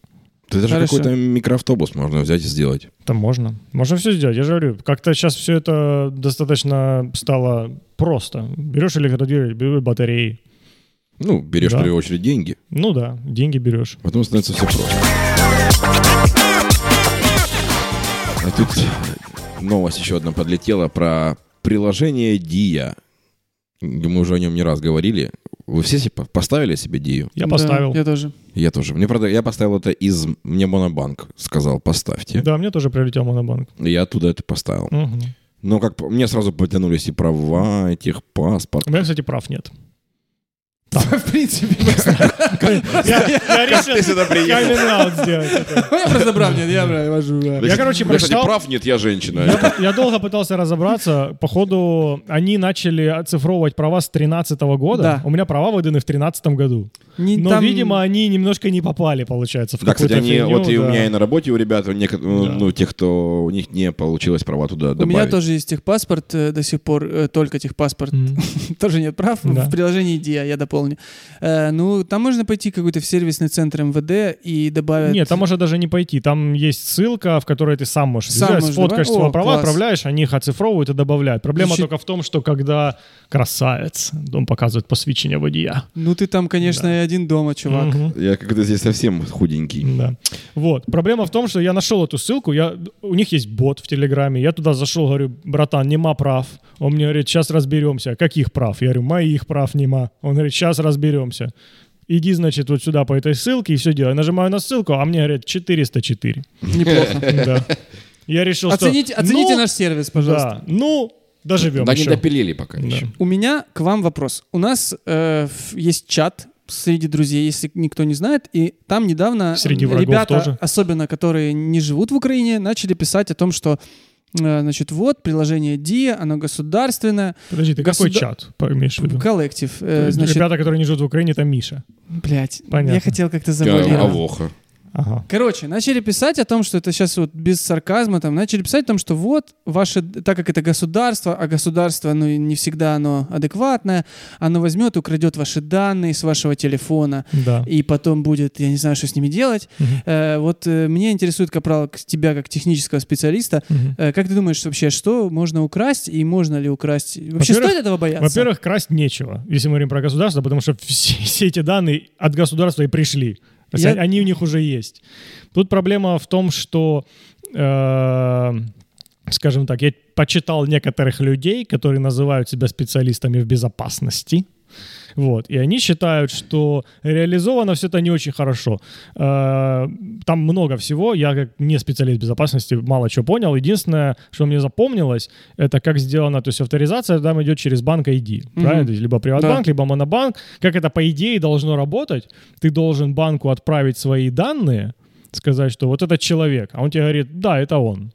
Это же
Хорошо.
какой-то микроавтобус можно взять и сделать.
Там можно. Можно все сделать. Я же говорю, как-то сейчас все это достаточно стало просто. Берешь электродвигатель, берешь батареи.
Ну, берешь
Да.
в первую очередь деньги,
Ну да, деньги берешь.
потом становится все просто. А тут новость еще одна подлетела про приложение Dia. Мы уже о нем не раз говорили. Вы все себе по- поставили себе Дию?
Я
Да,
поставил.
Я тоже.
Я тоже. Мне, правда, я поставил это из... Мне Монобанк сказал, поставьте.
Да, мне тоже прилетел монобанк.
И Я оттуда это поставил.
Мгм.
Но как по- мне сразу потянулись и права, и техпаспорт.
У меня, кстати, прав нет.
В принципе,
Я я решил
ты сюда приехал?
камин-аут сделать.
я просто прав, нет, я прав, я вожу, да.
Я, короче,
У меня, кстати,
прочитал-
прав нет, я женщина.
Я, я долго пытался разобраться. Походу, они начали оцифровывать права с 13 года.
Да.
У меня права выданы в 13 году.
Не
Но,
там-
видимо, они немножко не попали, получается, в
Да, кстати,
какую-то
они,
фигню,
вот и у
да.
меня и на работе у ребят, у неко- ну,
Да.
ну, тех, кто у них не получилось права туда
У
добавить.
меня тоже есть техпаспорт э, до сих пор, э, только техпаспорт.
Мгм.
тоже нет прав,
Да.
в приложении Dia, я дополню. Э, ну, там можно пойти какой-то в сервисный центр МВД и добавить...
Нет, там можно даже не пойти. Там есть ссылка, в которой ты сам можешь
Сам
взять,
можешь
сфоткаешь
добавить?
свои
О,
права,
класс.
отправляешь, они их оцифровывают и добавляют. Проблема
Значит-
только в том, что когда красавец, он показывает посвящение водия.
Ну, ты там, конечно,
Да.
и один дома, чувак.
Мгм.
Я как-то здесь совсем худенький.
Да. Вот. Проблема в том, что я нашел эту ссылку. Я, у них есть бот в Телеграме. Я туда зашел, говорю, братан, нема прав. Он мне говорит, сейчас разберемся. Каких прав? Я говорю, моих прав нема. Он говорит, сейчас разберемся. Иди, значит, вот сюда по этой ссылке и все делай. Нажимаю на ссылку, а мне говорят 404.
Неплохо.
Да. Я решил, Ну что...
Оцените, оцените
ну,
наш сервис, пожалуйста.
Да, ну, доживем
Да не
еще.
допилили пока
Да.
еще.
У меня к вам вопрос. У нас э, ф- есть чат среди друзей, если никто не знает, и там недавно
Среди
э,
врагов
ребята,
тоже.
особенно которые не живут в Украине, начали писать о том, что э, значит, вот, приложение Dia, оно государственное,
Подожди, ты какой
Государ-
чат по- имеешь в виду?
коллектив. э,
То есть
значит,
Ребята, которые не живут в Украине, это Миша.
блядь,
Понятно.
я хотел как-то
Да,
завуалировать.
Авоха.
Ага.
Короче, начали писать о том, что это сейчас вот без сарказма, там, начали писать о том, что вот, ваше, так как это государство, а государство, ну, не всегда оно адекватное, оно возьмет, украдет ваши данные с вашего телефона,
Да.
и потом будет, я не знаю, что с ними делать.
Мгм.
Э, вот э, меня интересует, Капрал, к- тебя как технического специалиста,
Мгм.
Э, как ты думаешь вообще, что можно украсть и можно ли украсть? Вообще
Во-первых-
стоит этого бояться?
Во-первых, красть нечего, если мы говорим про государство, потому что все, все эти данные от государства и пришли. То есть
Я-
они- Они у них уже есть. Тут проблема в том, что, э, скажем так, я почитал некоторых людей, которые называют себя специалистами в безопасности. Вот. И они считают, что реализовано все это не очень хорошо. Э, Там много всего. Я как не специалист безопасности мало чего понял. Единственное, что мне запомнилось, это как сделано, то есть авторизация там идет через банк ID,
Мгм.
правильно? То есть Либо приватбанк,
Да.
либо монобанк. Как это по идее должно работать? Ты должен банку отправить свои данные, сказать, что вот этот человек, а он тебе говорит, да, это он.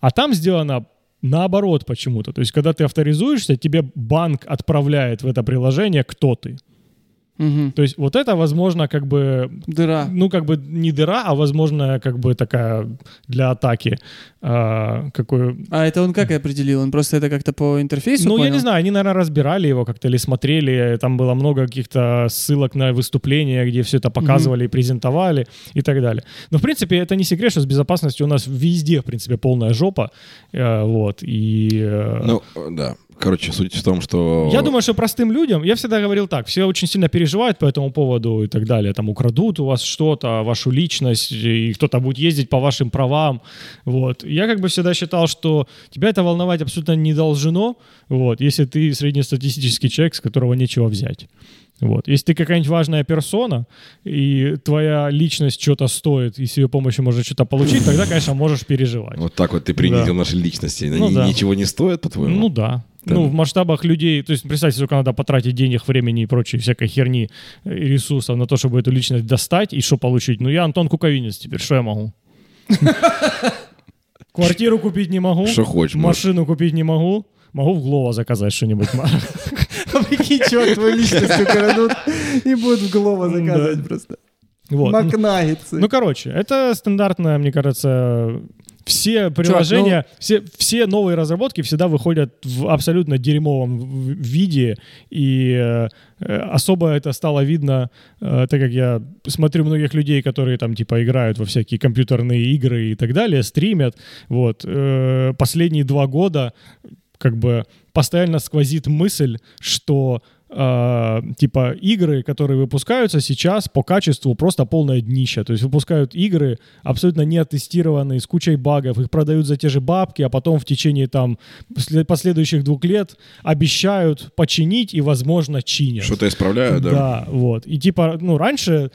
А там сделано наоборот почему-то. То есть, когда ты авторизуешься, тебе банк отправляет в это приложение, кто ты.
Мгм.
То есть, вот это, возможно, как бы,
Дыра.
ну, как бы не дыра, а, возможно, как бы такая для атаки. а, какой...
А это он как определил? Он просто это как-то по интерфейсу
Ну, я
понял?
не знаю, они, наверное, разбирали его как-то или смотрели. Там было много каких-то ссылок на выступления, где все это показывали и презентовали и так далее. Но, в принципе, это не секрет, что с безопасностью у нас везде, в принципе, полная жопа. Э, вот, и... э,
Ну, э, да. Короче, суть в том, что...
Я думаю, что простым людям, я всегда говорил так, все очень сильно переживают по этому поводу и так далее, там украдут у вас что-то, вашу личность, и кто-то будет ездить по вашим правам, вот. Я как бы всегда считал, что тебя это волновать абсолютно не должно, вот, если ты среднестатистический человек, с которого нечего взять. Вот. Если ты какая-нибудь важная персона, и твоя личность что-то стоит, и с ее помощью можно что-то получить, тогда, конечно, можешь переживать.
Вот так вот ты принизил наши личности.
Ну
Они
да.
Ничего не стоит, по-твоему?
Ну да.
Да.
Ну, в масштабах людей, то есть, представьте, сколько надо потратить денег, времени и прочей всякой херни э, и ресурсов на то, чтобы эту личность достать и что получить. Ну, я Антон Куковинец теперь, что я могу? Квартиру купить не могу,
Что хочешь, можешь.
машину купить не могу, могу в Глова заказать что-нибудь.
А прикинь, чувак, твою личность украдут и будут в голову
заказывать
просто.
Вот. Ну,
Макнаггетсы.
Ну, короче, это стандартное, мне кажется, все приложения, все, все новые разработки всегда выходят в абсолютно дерьмовом в- виде, и э, э, особо это стало видно, э, так как я смотрю многих людей, которые там типа играют во всякие компьютерные игры и так далее, стримят, вот, э, последние два года как бы постоянно сквозит мысль, что э, типа игры, которые выпускаются сейчас по качеству просто полное днище. То есть выпускают игры абсолютно не оттестированные, с кучей багов, их продают за те же бабки, а потом в течение там после- последующих двух лет обещают починить и, возможно, чинят.
Что-то исправляю, да?
Да, вот. И типа, ну, раньше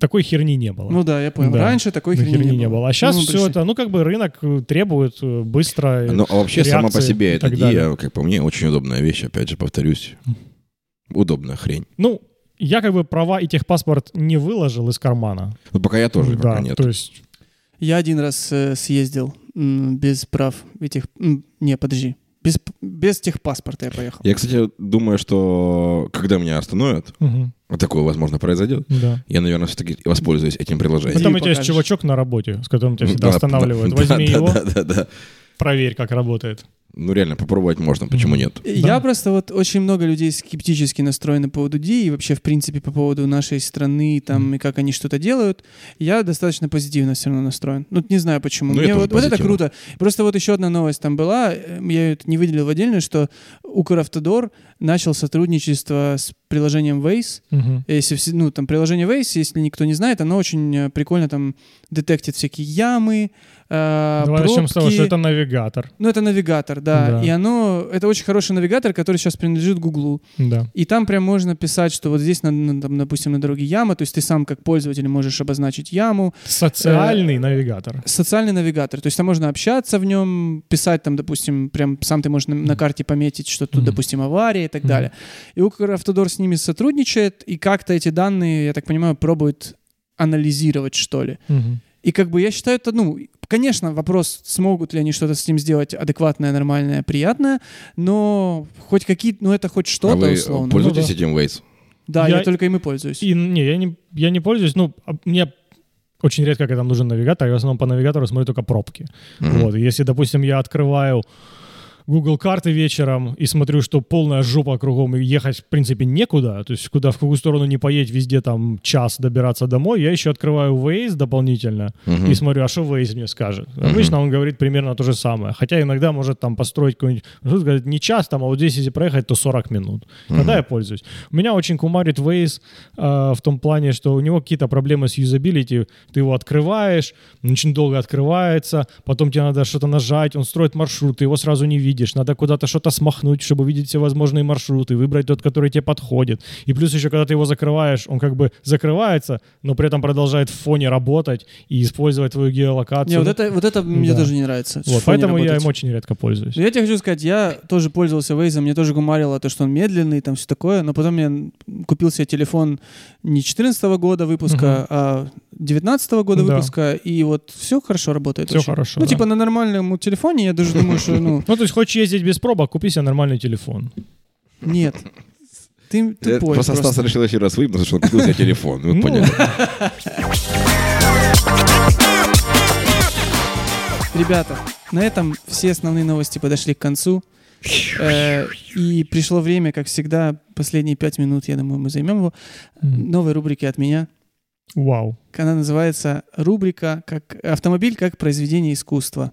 такой херни не было.
Ну да, я понял.
Да.
Раньше такой
Ну,
херни не было.
А сейчас
Ну, мы
все
пришли.
это, ну, как бы рынок э, требует э, быстро. э,
Ну, а вообще сама по
реакции
себе
и
эта
так
идея,
далее.
как по мне, очень удобная вещь. Опять же, повторюсь. Удобная хрень.
Ну, я как бы права и техпаспорт не выложил из кармана.
Ну, пока я тоже
да,
пока нет.
то есть,
Я один раз э, съездил м, без прав этих... м, Не, подожди. Без, п- без техпаспорта я поехал.
Я, кстати, думаю, что когда меня остановят,
мгм,
а такое, возможно, произойдет,
да.
я, наверное, все-таки воспользуюсь этим приложением.
Потом у тебя есть
покажешь.
чувачок на работе, с которым тебя всегда
Да,
останавливают.
да,
Возьми
да,
его,
Да, да, да.
проверь, как работает.
Ну, реально, попробовать можно, почему
Мгм.
нет?
Я
Да.
просто вот очень много людей скептически настроены по поводу Ди и вообще, в принципе, по поводу нашей страны там и как они что-то делают. Я достаточно позитивно все равно настроен. Ну, не знаю почему.
Ну, я
Мне
тоже
вот, вот это
позитивно.
круто. Просто вот еще одна новость там была, э, я ее не выделил в отдельную, что Укравтодор начал сотрудничество с приложением Waze.
Мгм.
Если, все- ну, там приложение Waze, если никто не знает, оно очень э, прикольно там детектит всякие ямы, э,
Давай начнем с того,
пробки.
что это навигатор.
Ну, это навигатор, да.
Да.
И оно... Это очень хороший навигатор, который сейчас принадлежит Гуглу.
Да.
И там прям можно писать, что вот здесь, на- на- там, допустим, на дороге яма, то есть ты сам как пользователь можешь обозначить яму.
Социальный навигатор.
Социальный навигатор, то есть там можно общаться в нем, писать там, допустим, прям сам ты можешь на, на карте пометить, что тут,
Мгм.
допустим, авария и так
Мгм.
далее. И Укравтодор с ними сотрудничает и как-то эти данные, я так понимаю, пробует анализировать, что ли.
Мгм.
И как бы я считаю это, ну, конечно, вопрос, смогут ли они что-то с ним сделать адекватное, нормальное, приятное, но хоть какие-то, ну это хоть
а
что-то
вы э,
условно.
пользуетесь
Ну да.
этим Waze?
Да, я,
Я-
только им и пользуюсь.
И не, я не, я не пользуюсь, ну, а мне очень редко, когда нужен навигатор, я в основном по навигатору смотрю только пробки.
Мгм.
Вот, и если, допустим, я открываю Google карты вечером и смотрю, что полная жопа кругом, и ехать, в принципе, некуда, то есть куда, в какую сторону не поедь, везде там час добираться домой, я еще открываю Waze дополнительно
Мгм.
и смотрю, а что Waze мне скажет.
Мгм.
Обычно он говорит примерно то же самое, хотя иногда может там построить какой-нибудь, маршрут, говорит, не час там, а вот здесь если проехать, то 40 минут. Тогда я пользуюсь. Меня очень кумарит Waze э, в том плане, что у него какие-то проблемы с юзабилити. Ты его открываешь, он очень долго открывается, потом тебе надо что-то нажать, он строит маршрут, ты его сразу не видишь, видишь. Надо куда-то что-то смахнуть, чтобы увидеть все возможные маршруты, выбрать тот, который тебе подходит. И плюс еще, когда ты его закрываешь, он как бы закрывается, но при этом продолжает в фоне работать и использовать твою геолокацию.
Не, вот это, вот это мне
Да.
тоже не нравится.
Вот,
Фоне
поэтому я
работать.
им очень редко пользуюсь.
Ну, Я тебе хочу сказать, я тоже пользовался Waze, мне тоже гумарило то, что он медленный, там все такое, но потом я купил себе телефон не 14 года выпуска,
Мгм.
а 19 года
Да.
выпуска, и вот все хорошо работает.
Все
очень.
хорошо.
Ну,
да.
типа на нормальном телефоне, я даже думаю, что, ну,
Ну, то есть хочешь ездить без пробок, купи себе нормальный телефон.
нет. Ты
Э,
тупой
просто Стас
просто.
решил еще раз выебнуться, что он купил себе телефон. Вы
Ну.
поняли.
Ребята, на этом все основные новости подошли к концу. Э, И пришло время, как всегда, последние пять минут, я думаю, мы займем его,
М.
новой рубрики от меня.
Вау.
Она называется рубрика как «Автомобиль как произведение искусства».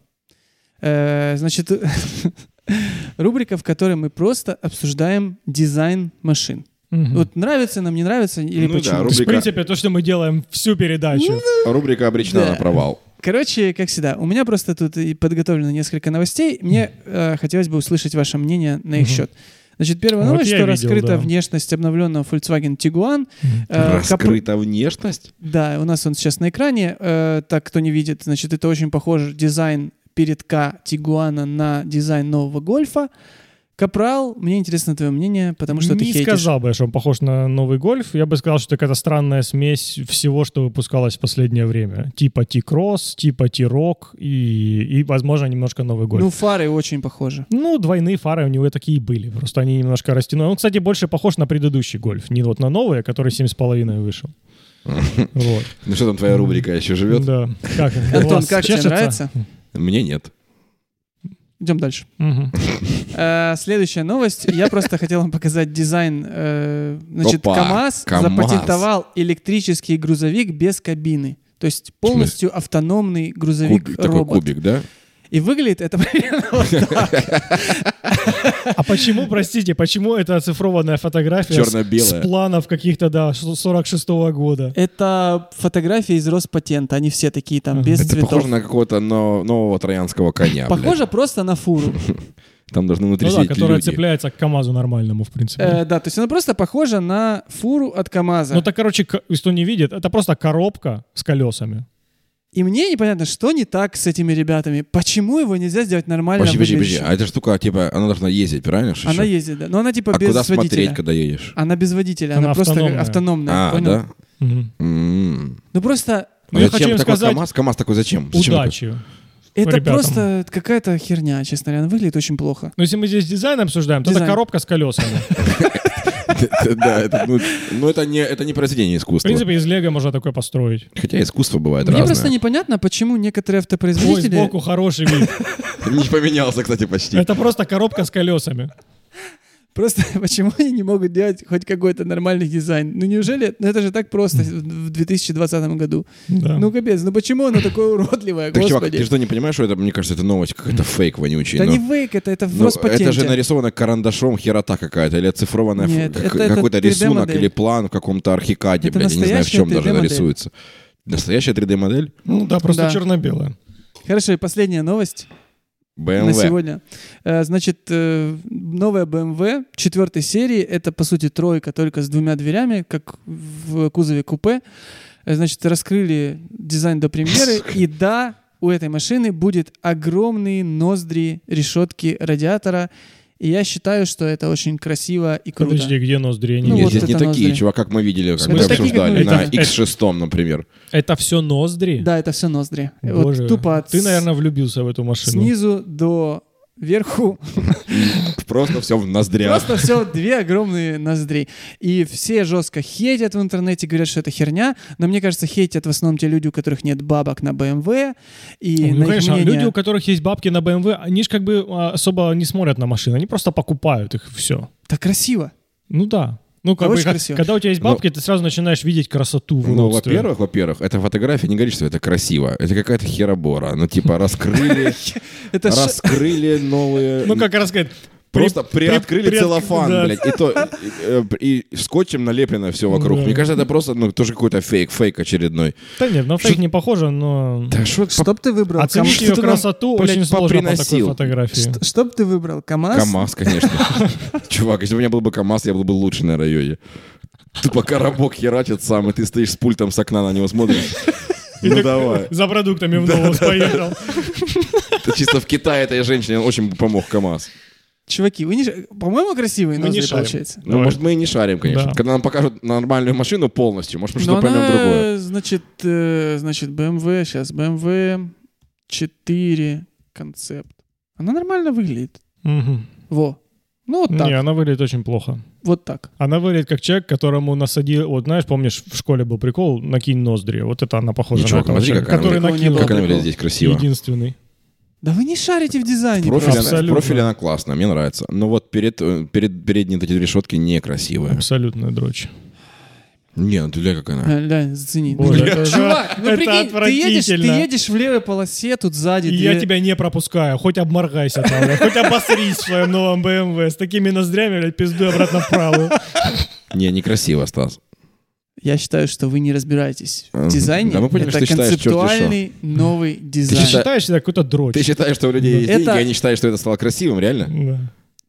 Э, значит, рубрика, в которой мы просто обсуждаем дизайн машин.
Мгм.
Вот нравится нам, не нравится
Ну
или
да,
почему.
То есть, в
рубрика-
принципе, то, что мы делаем всю передачу.
Рубрика обречена
Ну, Да.
на провал.
Короче, как всегда, у меня просто тут и подготовлено несколько новостей. Мне э, хотелось бы услышать ваше мнение на их
Мгм.
счет. Значит, первая
Вот
новость,
я
что
видел,
раскрыта
да.
внешность обновленного Volkswagen Tiguan. Э, капо-
Раскрыта внешность?
Да, у нас он сейчас на экране. Э, так, кто не видит, значит, это очень похож дизайн передка Тигуана на дизайн нового Гольфа. Капрал, мне интересно твое мнение, потому что ты
не
хейтишь.
сказал бы, что он похож на новый гольф. Я бы сказал, что это какая-то странная смесь всего, что выпускалось в последнее время. Типа T-Cross, типа T-Rock и, и, возможно, немножко новый гольф.
Ну, фары очень похожи.
Ну, двойные фары у него такие и были. Просто они немножко растянули. Он, кстати, больше похож на предыдущий гольф. Не вот на новый, а который 7,5 вышел. Вот.
Ну что там твоя рубрика еще живет?
Да. Как,
Антон,
глаз
как
чешется?
тебе нравится?
Мне нет.
Идем дальше.
Мгм.
Э, следующая новость. Я просто хотел вам показать дизайн. э, значит,
Опа,
КамАЗ,
КамАЗ.
запатентовал электрический грузовик без кабины. То есть полностью автономный
Кубик, такой
грузовик-робот.
кубик, да?
И выглядит это примерно вот так.
А почему, простите, почему это оцифрованная фотография с-
Черно-белая.
с планов каких-то, да, ш- 46-го года? Ну
Это фотографии из Роспатента, они все такие там, без
Это
цветов.
похоже на какого-то но- нового троянского коня. блядь.
Похоже просто на фуру.
Там должны внутри
Ну да,
сидеть
которая
люди.
цепляется к КАМАЗу нормальному, в принципе.
Э, Да, то есть она просто похожа на фуру от
Ну
КамАЗа.
так, короче, к- кто не видит, это просто коробка с колесами.
И мне непонятно, что не так с этими ребятами. Почему его нельзя сделать нормально
Подожди, подожди, подожди.
выглядящим?
А эта штука, типа, она должна ездить, правильно? что
Она
ещё?
ездит, да. Но она типа
А
без
куда
водителя.
смотреть, когда едешь?
Она без водителя, она,
Она
просто
автономная.
автономная.
А,
понял?
да?
Мгм.
М.
Ну просто
Ну, я хочу
Зачем
им
такой
сказать-
КамАЗ? КамАЗ такой зачем? Зачем такой?
Удачи.
это
ребятам.
просто какая-то херня, честно говоря. Она выглядит очень плохо.
Но Ну, если мы здесь дизайн обсуждаем, то
Дизайн.
это коробка с колесами.
Да, это, ну, ну, это не, это не произведение
В
искусства.
принципе, из лего можно такое построить.
Хотя искусство бывает
Мне просто
разное.
непонятно, почему некоторые
Ой,
автопроизводители...
сбоку хороший вид.
Не поменялся, кстати, почти.
Это просто коробка с колесами.
Просто почему они не могут делать хоть какой-то нормальный дизайн? Ну неужели? Ну это же так просто в 2020 году.
Да.
Ну капец, ну почему оно такое уродливое,
Так, чувак, ты
господи?
что, не понимаешь, что это, мне кажется, это новость, какой-то фейк вонючий.
Да
но-
не вейк, это, это в
Ну, это же
Роспатенте.
нарисовано карандашом херота какая-то, или оцифрованная ф-
Нет,
как-
это- это
какой-то
3D
рисунок,
модель.
или план в каком-то архикаде,
Это
блядь, я не знаю, в
настоящая
чем даже
3D модель.
нарисуется. Настоящая 3D-модель?
Ну да, просто
Да.
черно-белое.
Хорошо, и последняя новость на
BMW.
сегодня. Э, Значит, э, новая BMW четвертой серии, это по сути тройка, только с двумя дверями, как в кузове купе. Э, Значит, раскрыли дизайн до премьеры. И да, у этой машины будет огромные ноздри решетки радиатора. И я считаю, что это очень красиво и круто.
Подожди, где ноздри? Я не
Нет,
Ну,
вижу.
вот
здесь не
это
такие,
ноздри.
чувак, как мы видели, когда
смысле, такие, как
обсуждали
мы
на
видели?
X6, например.
Это все ноздри?
Да, это все ноздри.
Боже,
Вот тупо от
ты,
с-
наверное, влюбился в эту машину.
снизу до верху
Просто все в ноздрях.
Просто все две огромные ноздри. И все жестко хейтят в интернете, говорят, что это херня. Но мне кажется, хейтят в основном те люди, у которых нет бабок на BMW. И
Ну,
на их
конечно,
мнение-
люди, у которых есть бабки на BMW, они же как бы а, особо не смотрят на машины, они просто покупают их, все.
Так красиво.
Ну да. Ну, как
Да
бы,
очень
как-
красиво.
когда у тебя есть
Ну-
бабки, ты сразу начинаешь видеть красоту в
Ну,
уродстве.
во-первых, во-первых, эта фотография не говорит, что это красиво. Это какая-то херобора. Ну, типа, раскрыли,
Это ш-
раскрыли новые...
Ну, как раз сказать,
Просто
при-
приоткрыли
при-
целлофан,
да.
блядь, и, то, и, э, и скотчем налеплено все вокруг.
Да.
Мне кажется, это просто, ну, тоже какой-то фейк, фейк очередной.
Да нет, на фейк не похоже, но...
Да что
Что б ты выбрал? Кам-
Оценить
что
ее
ты нам,
красоту
блядь,
очень сложно по такой
поприносил?
фотографии.
Что- Что б ты выбрал? КамАЗ?
КамАЗ, конечно. Чувак, если бы у меня был бы КамАЗ, я был бы лучше на районе. Тупо коробок херачит сам, и ты стоишь с пультом с окна на него смотришь. Ну
так-
давай.
За продуктами в Новос поехал.
Это чисто в Китае этой женщине очень бы помог КамАЗ.
Чуваки, вы не... ш- По-моему,
Мы
красивые
не
ноздри
шарим.
получается.
Ну,
Давай.
может, мы и не шарим, конечно.
Да.
Когда нам покажут нормальную машину полностью, может, мы
Но
что-то поймем
Ну она,
другое.
значит, э, значит, BMW, сейчас BMW 4 эм концепт. Она нормально выглядит.
Мгм.
Во. Ну, вот так.
Не, она выглядит очень плохо.
Вот так.
Она выглядит как человек, которому насадил... Вот знаешь, помнишь, в школе был прикол «накинь ноздри». Вот это она похожа
Ничего,
на этого
смотри,
человека,
какая она
который
выглядит.
накинул.
Как она
прикол.
выглядит здесь красиво.
Единственный.
Да вы не шарите в дизайне.
В профиле, она, в
Абсолютно.
профиле она классная, мне нравится. Но вот перед, э, перед передние вот эти решетки некрасивые.
Абсолютная дрочь.
Не, ну ты бля, как она.
Э, Да, зацени.
Боже,
Ну,
это-
Чувак, ну
это
прикинь, ты едешь, ты
отвратительно.
едешь в левой полосе, тут сзади.
И я
две-
тебя не пропускаю, хоть обморгайся там, блядь, хоть обосрись в своем новом BMW с такими ноздрями, блядь, пиздуй обратно вправо.
Не, некрасиво, Стас.
Я считаю, что вы не разбираетесь в
Мгм.
дизайне.
Да мы поняли,
это
что ты считаешь, черт ли что.
концептуальный новый
Ты
дизайн.
считаешь-
считаешь себя какой-то дрочь.
Ты считаешь, что у людей есть
Это-
деньги, а и они считают, что это стало красивым, реально?
Да.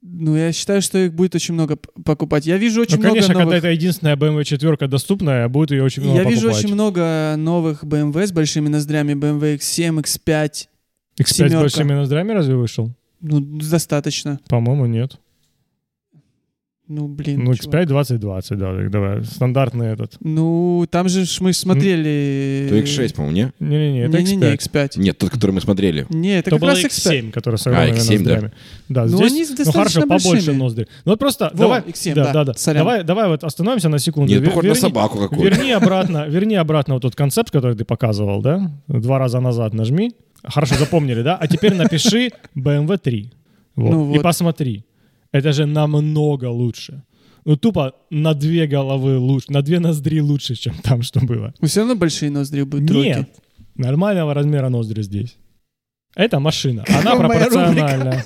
Ну, я считаю, что их будет очень много п- покупать. Я вижу очень
ну, конечно,
много
когда
новых...
это единственная BMW четверка доступная, будет ее очень много
Я вижу
покупать.
очень много новых BMW с большими ноздрями. BMW X7, X5.
X5 с
семерка.
большими ноздрями разве вышел?
Ну, достаточно.
По-моему, нет.
Ну, блин.
Ну,
чувак.
X5 2020, да, так давай. Стандартный этот.
Ну, там же ж мы
Э,
смотрели...
То X6, по-моему, не?
Не-не-не, это
Не-не-не,
X5.
X5.
Нет, тот, который мы смотрели.
Не, это
Это
как
был
раз X5.
X7, который с огромными
X7, А, да.
ноздрями. Да,
Ну,
здесь,
они
ну,
достаточно
хорошо, побольше
большими.
ноздри. Ну, вот просто
Во,
давай...
X7,
да,
да,
да, да.
сорян.
Давай, давай вот остановимся на секунду.
Нет,
Вер-
похоже на
Ну, верни-
собаку какую-то.
Верни обратно, верни обратно вот тот концепт, который ты показывал, да? Два раза назад нажми. Хорошо, запомнили, да? А теперь напиши BMW 3. Вот.
Ну
И
вот.
посмотри. Это же намного лучше. Ну, тупо на две головы лучше, на две ноздри лучше, чем там, что было.
Ну, все равно большие ноздри будут тройки.
Нет. Нормального размера ноздри здесь. Это машина. Она
Моя
пропорциональная.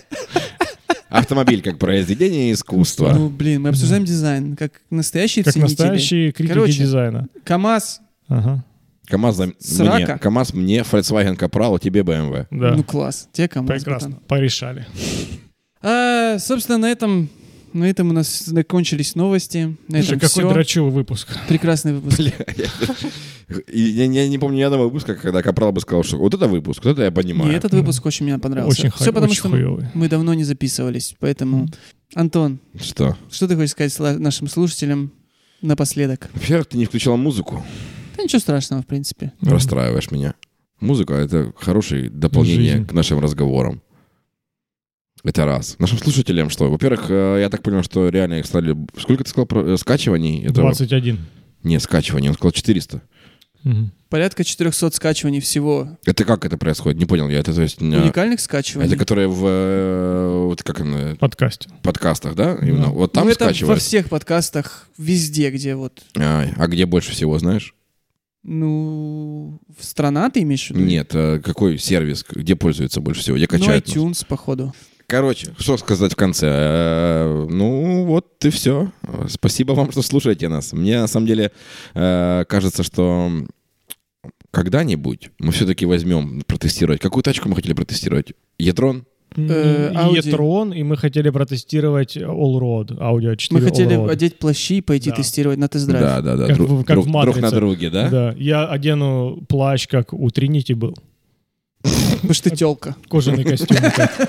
Автомобиль как произведение искусства.
Ну, блин, мы обсуждаем дизайн, как настоящие
Как
ценители.
настоящие критики
ну, Короче.
дизайна.
КамАЗ,
Ага.
КамАЗ за- мне.
Срака.
КамАЗ мне, Volkswagen Капрал, а тебе BMW.
Да.
ну класс, те КамАЗ.
Прекрасно.
братан.
Порешали.
А, собственно, на этом, на этом у нас закончились новости. На
Слушай,
этом
какой
все.
дрочевый выпуск.
Прекрасный выпуск.
И я, я не помню ни одного выпуска, когда Капрал бы сказал, что вот это выпуск, вот это я понимаю.
И этот выпуск очень мне понравился.
Очень,
все
хай-
потому,
очень
что
хуёвый.
мы давно не записывались. Поэтому, Антон,
Что?
что ты хочешь сказать сла- нашим слушателям напоследок?
Во-первых, ты не включила музыку.
Да ничего страшного, в принципе.
Мгм.
Расстраиваешь меня. Музыка — это хорошее дополнение
Жизнь.
к нашим разговорам. Это раз. Нашим слушателям что? Во-первых, э, я так понял, что реально их стали... Сколько ты сказал про э, скачиваний? этого?
21.
Не, скачиваний. Он сказал 400.
Мгм.
Порядка 400 скачиваний всего.
Это как это происходит? Не понял я. Это, то
Ну,
есть... э,
Уникальных скачиваний.
Это которые в... э, Вот как он... э,
Подкасте.
Подкастах, да? Именно.
Да.
Вот там
ну, это во
скачивают.
всех подкастах, везде, где вот,
Ай, А где больше всего, знаешь?
ну, в страна ты имеешь в виду?
Нет, э, какой сервис, где пользуется больше всего? Я
Ну,
качаю.
iTunes, походу.
Короче, что сказать в конце? Э, Ну, вот и все. Спасибо вам, что слушаете нас. Мне на самом деле э, кажется, что когда-нибудь мы все-таки возьмем протестировать. Какую тачку мы хотели протестировать? Ядрон?
Э, Audi.
Етрон, и мы хотели протестировать Allroad, аудио 4
Мы хотели
Allroad.
одеть плащи и пойти
Да.
тестировать на тест-драйв.
Да, да, да.
Как
друг,
в- как в
друг- друг
«Матрице».
на друге, да?
Да, я одену плащ, как у Тринити был.
Потому что ты телка.
Кожаный костюм. так.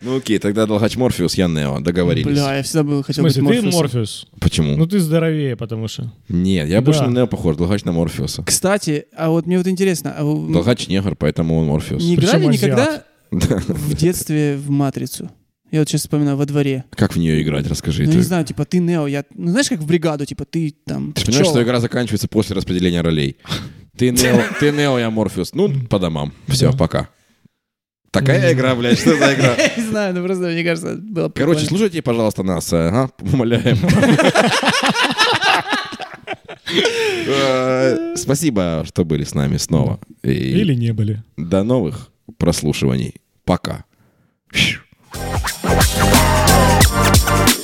Ну окей, тогда Долгач Морфеус, я Нео, договорились.
Бля, я всегда был
В
хотел быть
смысле, ты
Морфеусом.
Морфеус?
Почему?
Ну ты здоровее, потому что.
Нет, я больше
Да.
на Нео похож, Долгач на Морфеуса.
Кстати, а вот мне вот интересно, а вы
Долгач негр, поэтому он Морфеус.
не играли
Причем
никогда
азиат.
Да.
в детстве в «Матрицу»? Я вот сейчас вспоминаю, во дворе.
Как в нее играть, расскажи.
Ну,
ты.
не знаю, типа, ты Нео, я... Ну, знаешь, как в бригаду, типа, ты там...
Ты же понимаешь,
пчёла.
что игра заканчивается после распределения ролей. Ты Нео, ты Нео, я Морфеус. Ну, по домам. Все,
Да.
пока. Такая
Мгм.
игра, блядь, что за игра?
Я не знаю, ну просто мне кажется, было
Короче,
прикольно.
слушайте, пожалуйста, нас, э, а? Умоляем. Э, Спасибо, что были с нами снова. И
Или не были.
До новых прослушиваний. Пока.
Thank you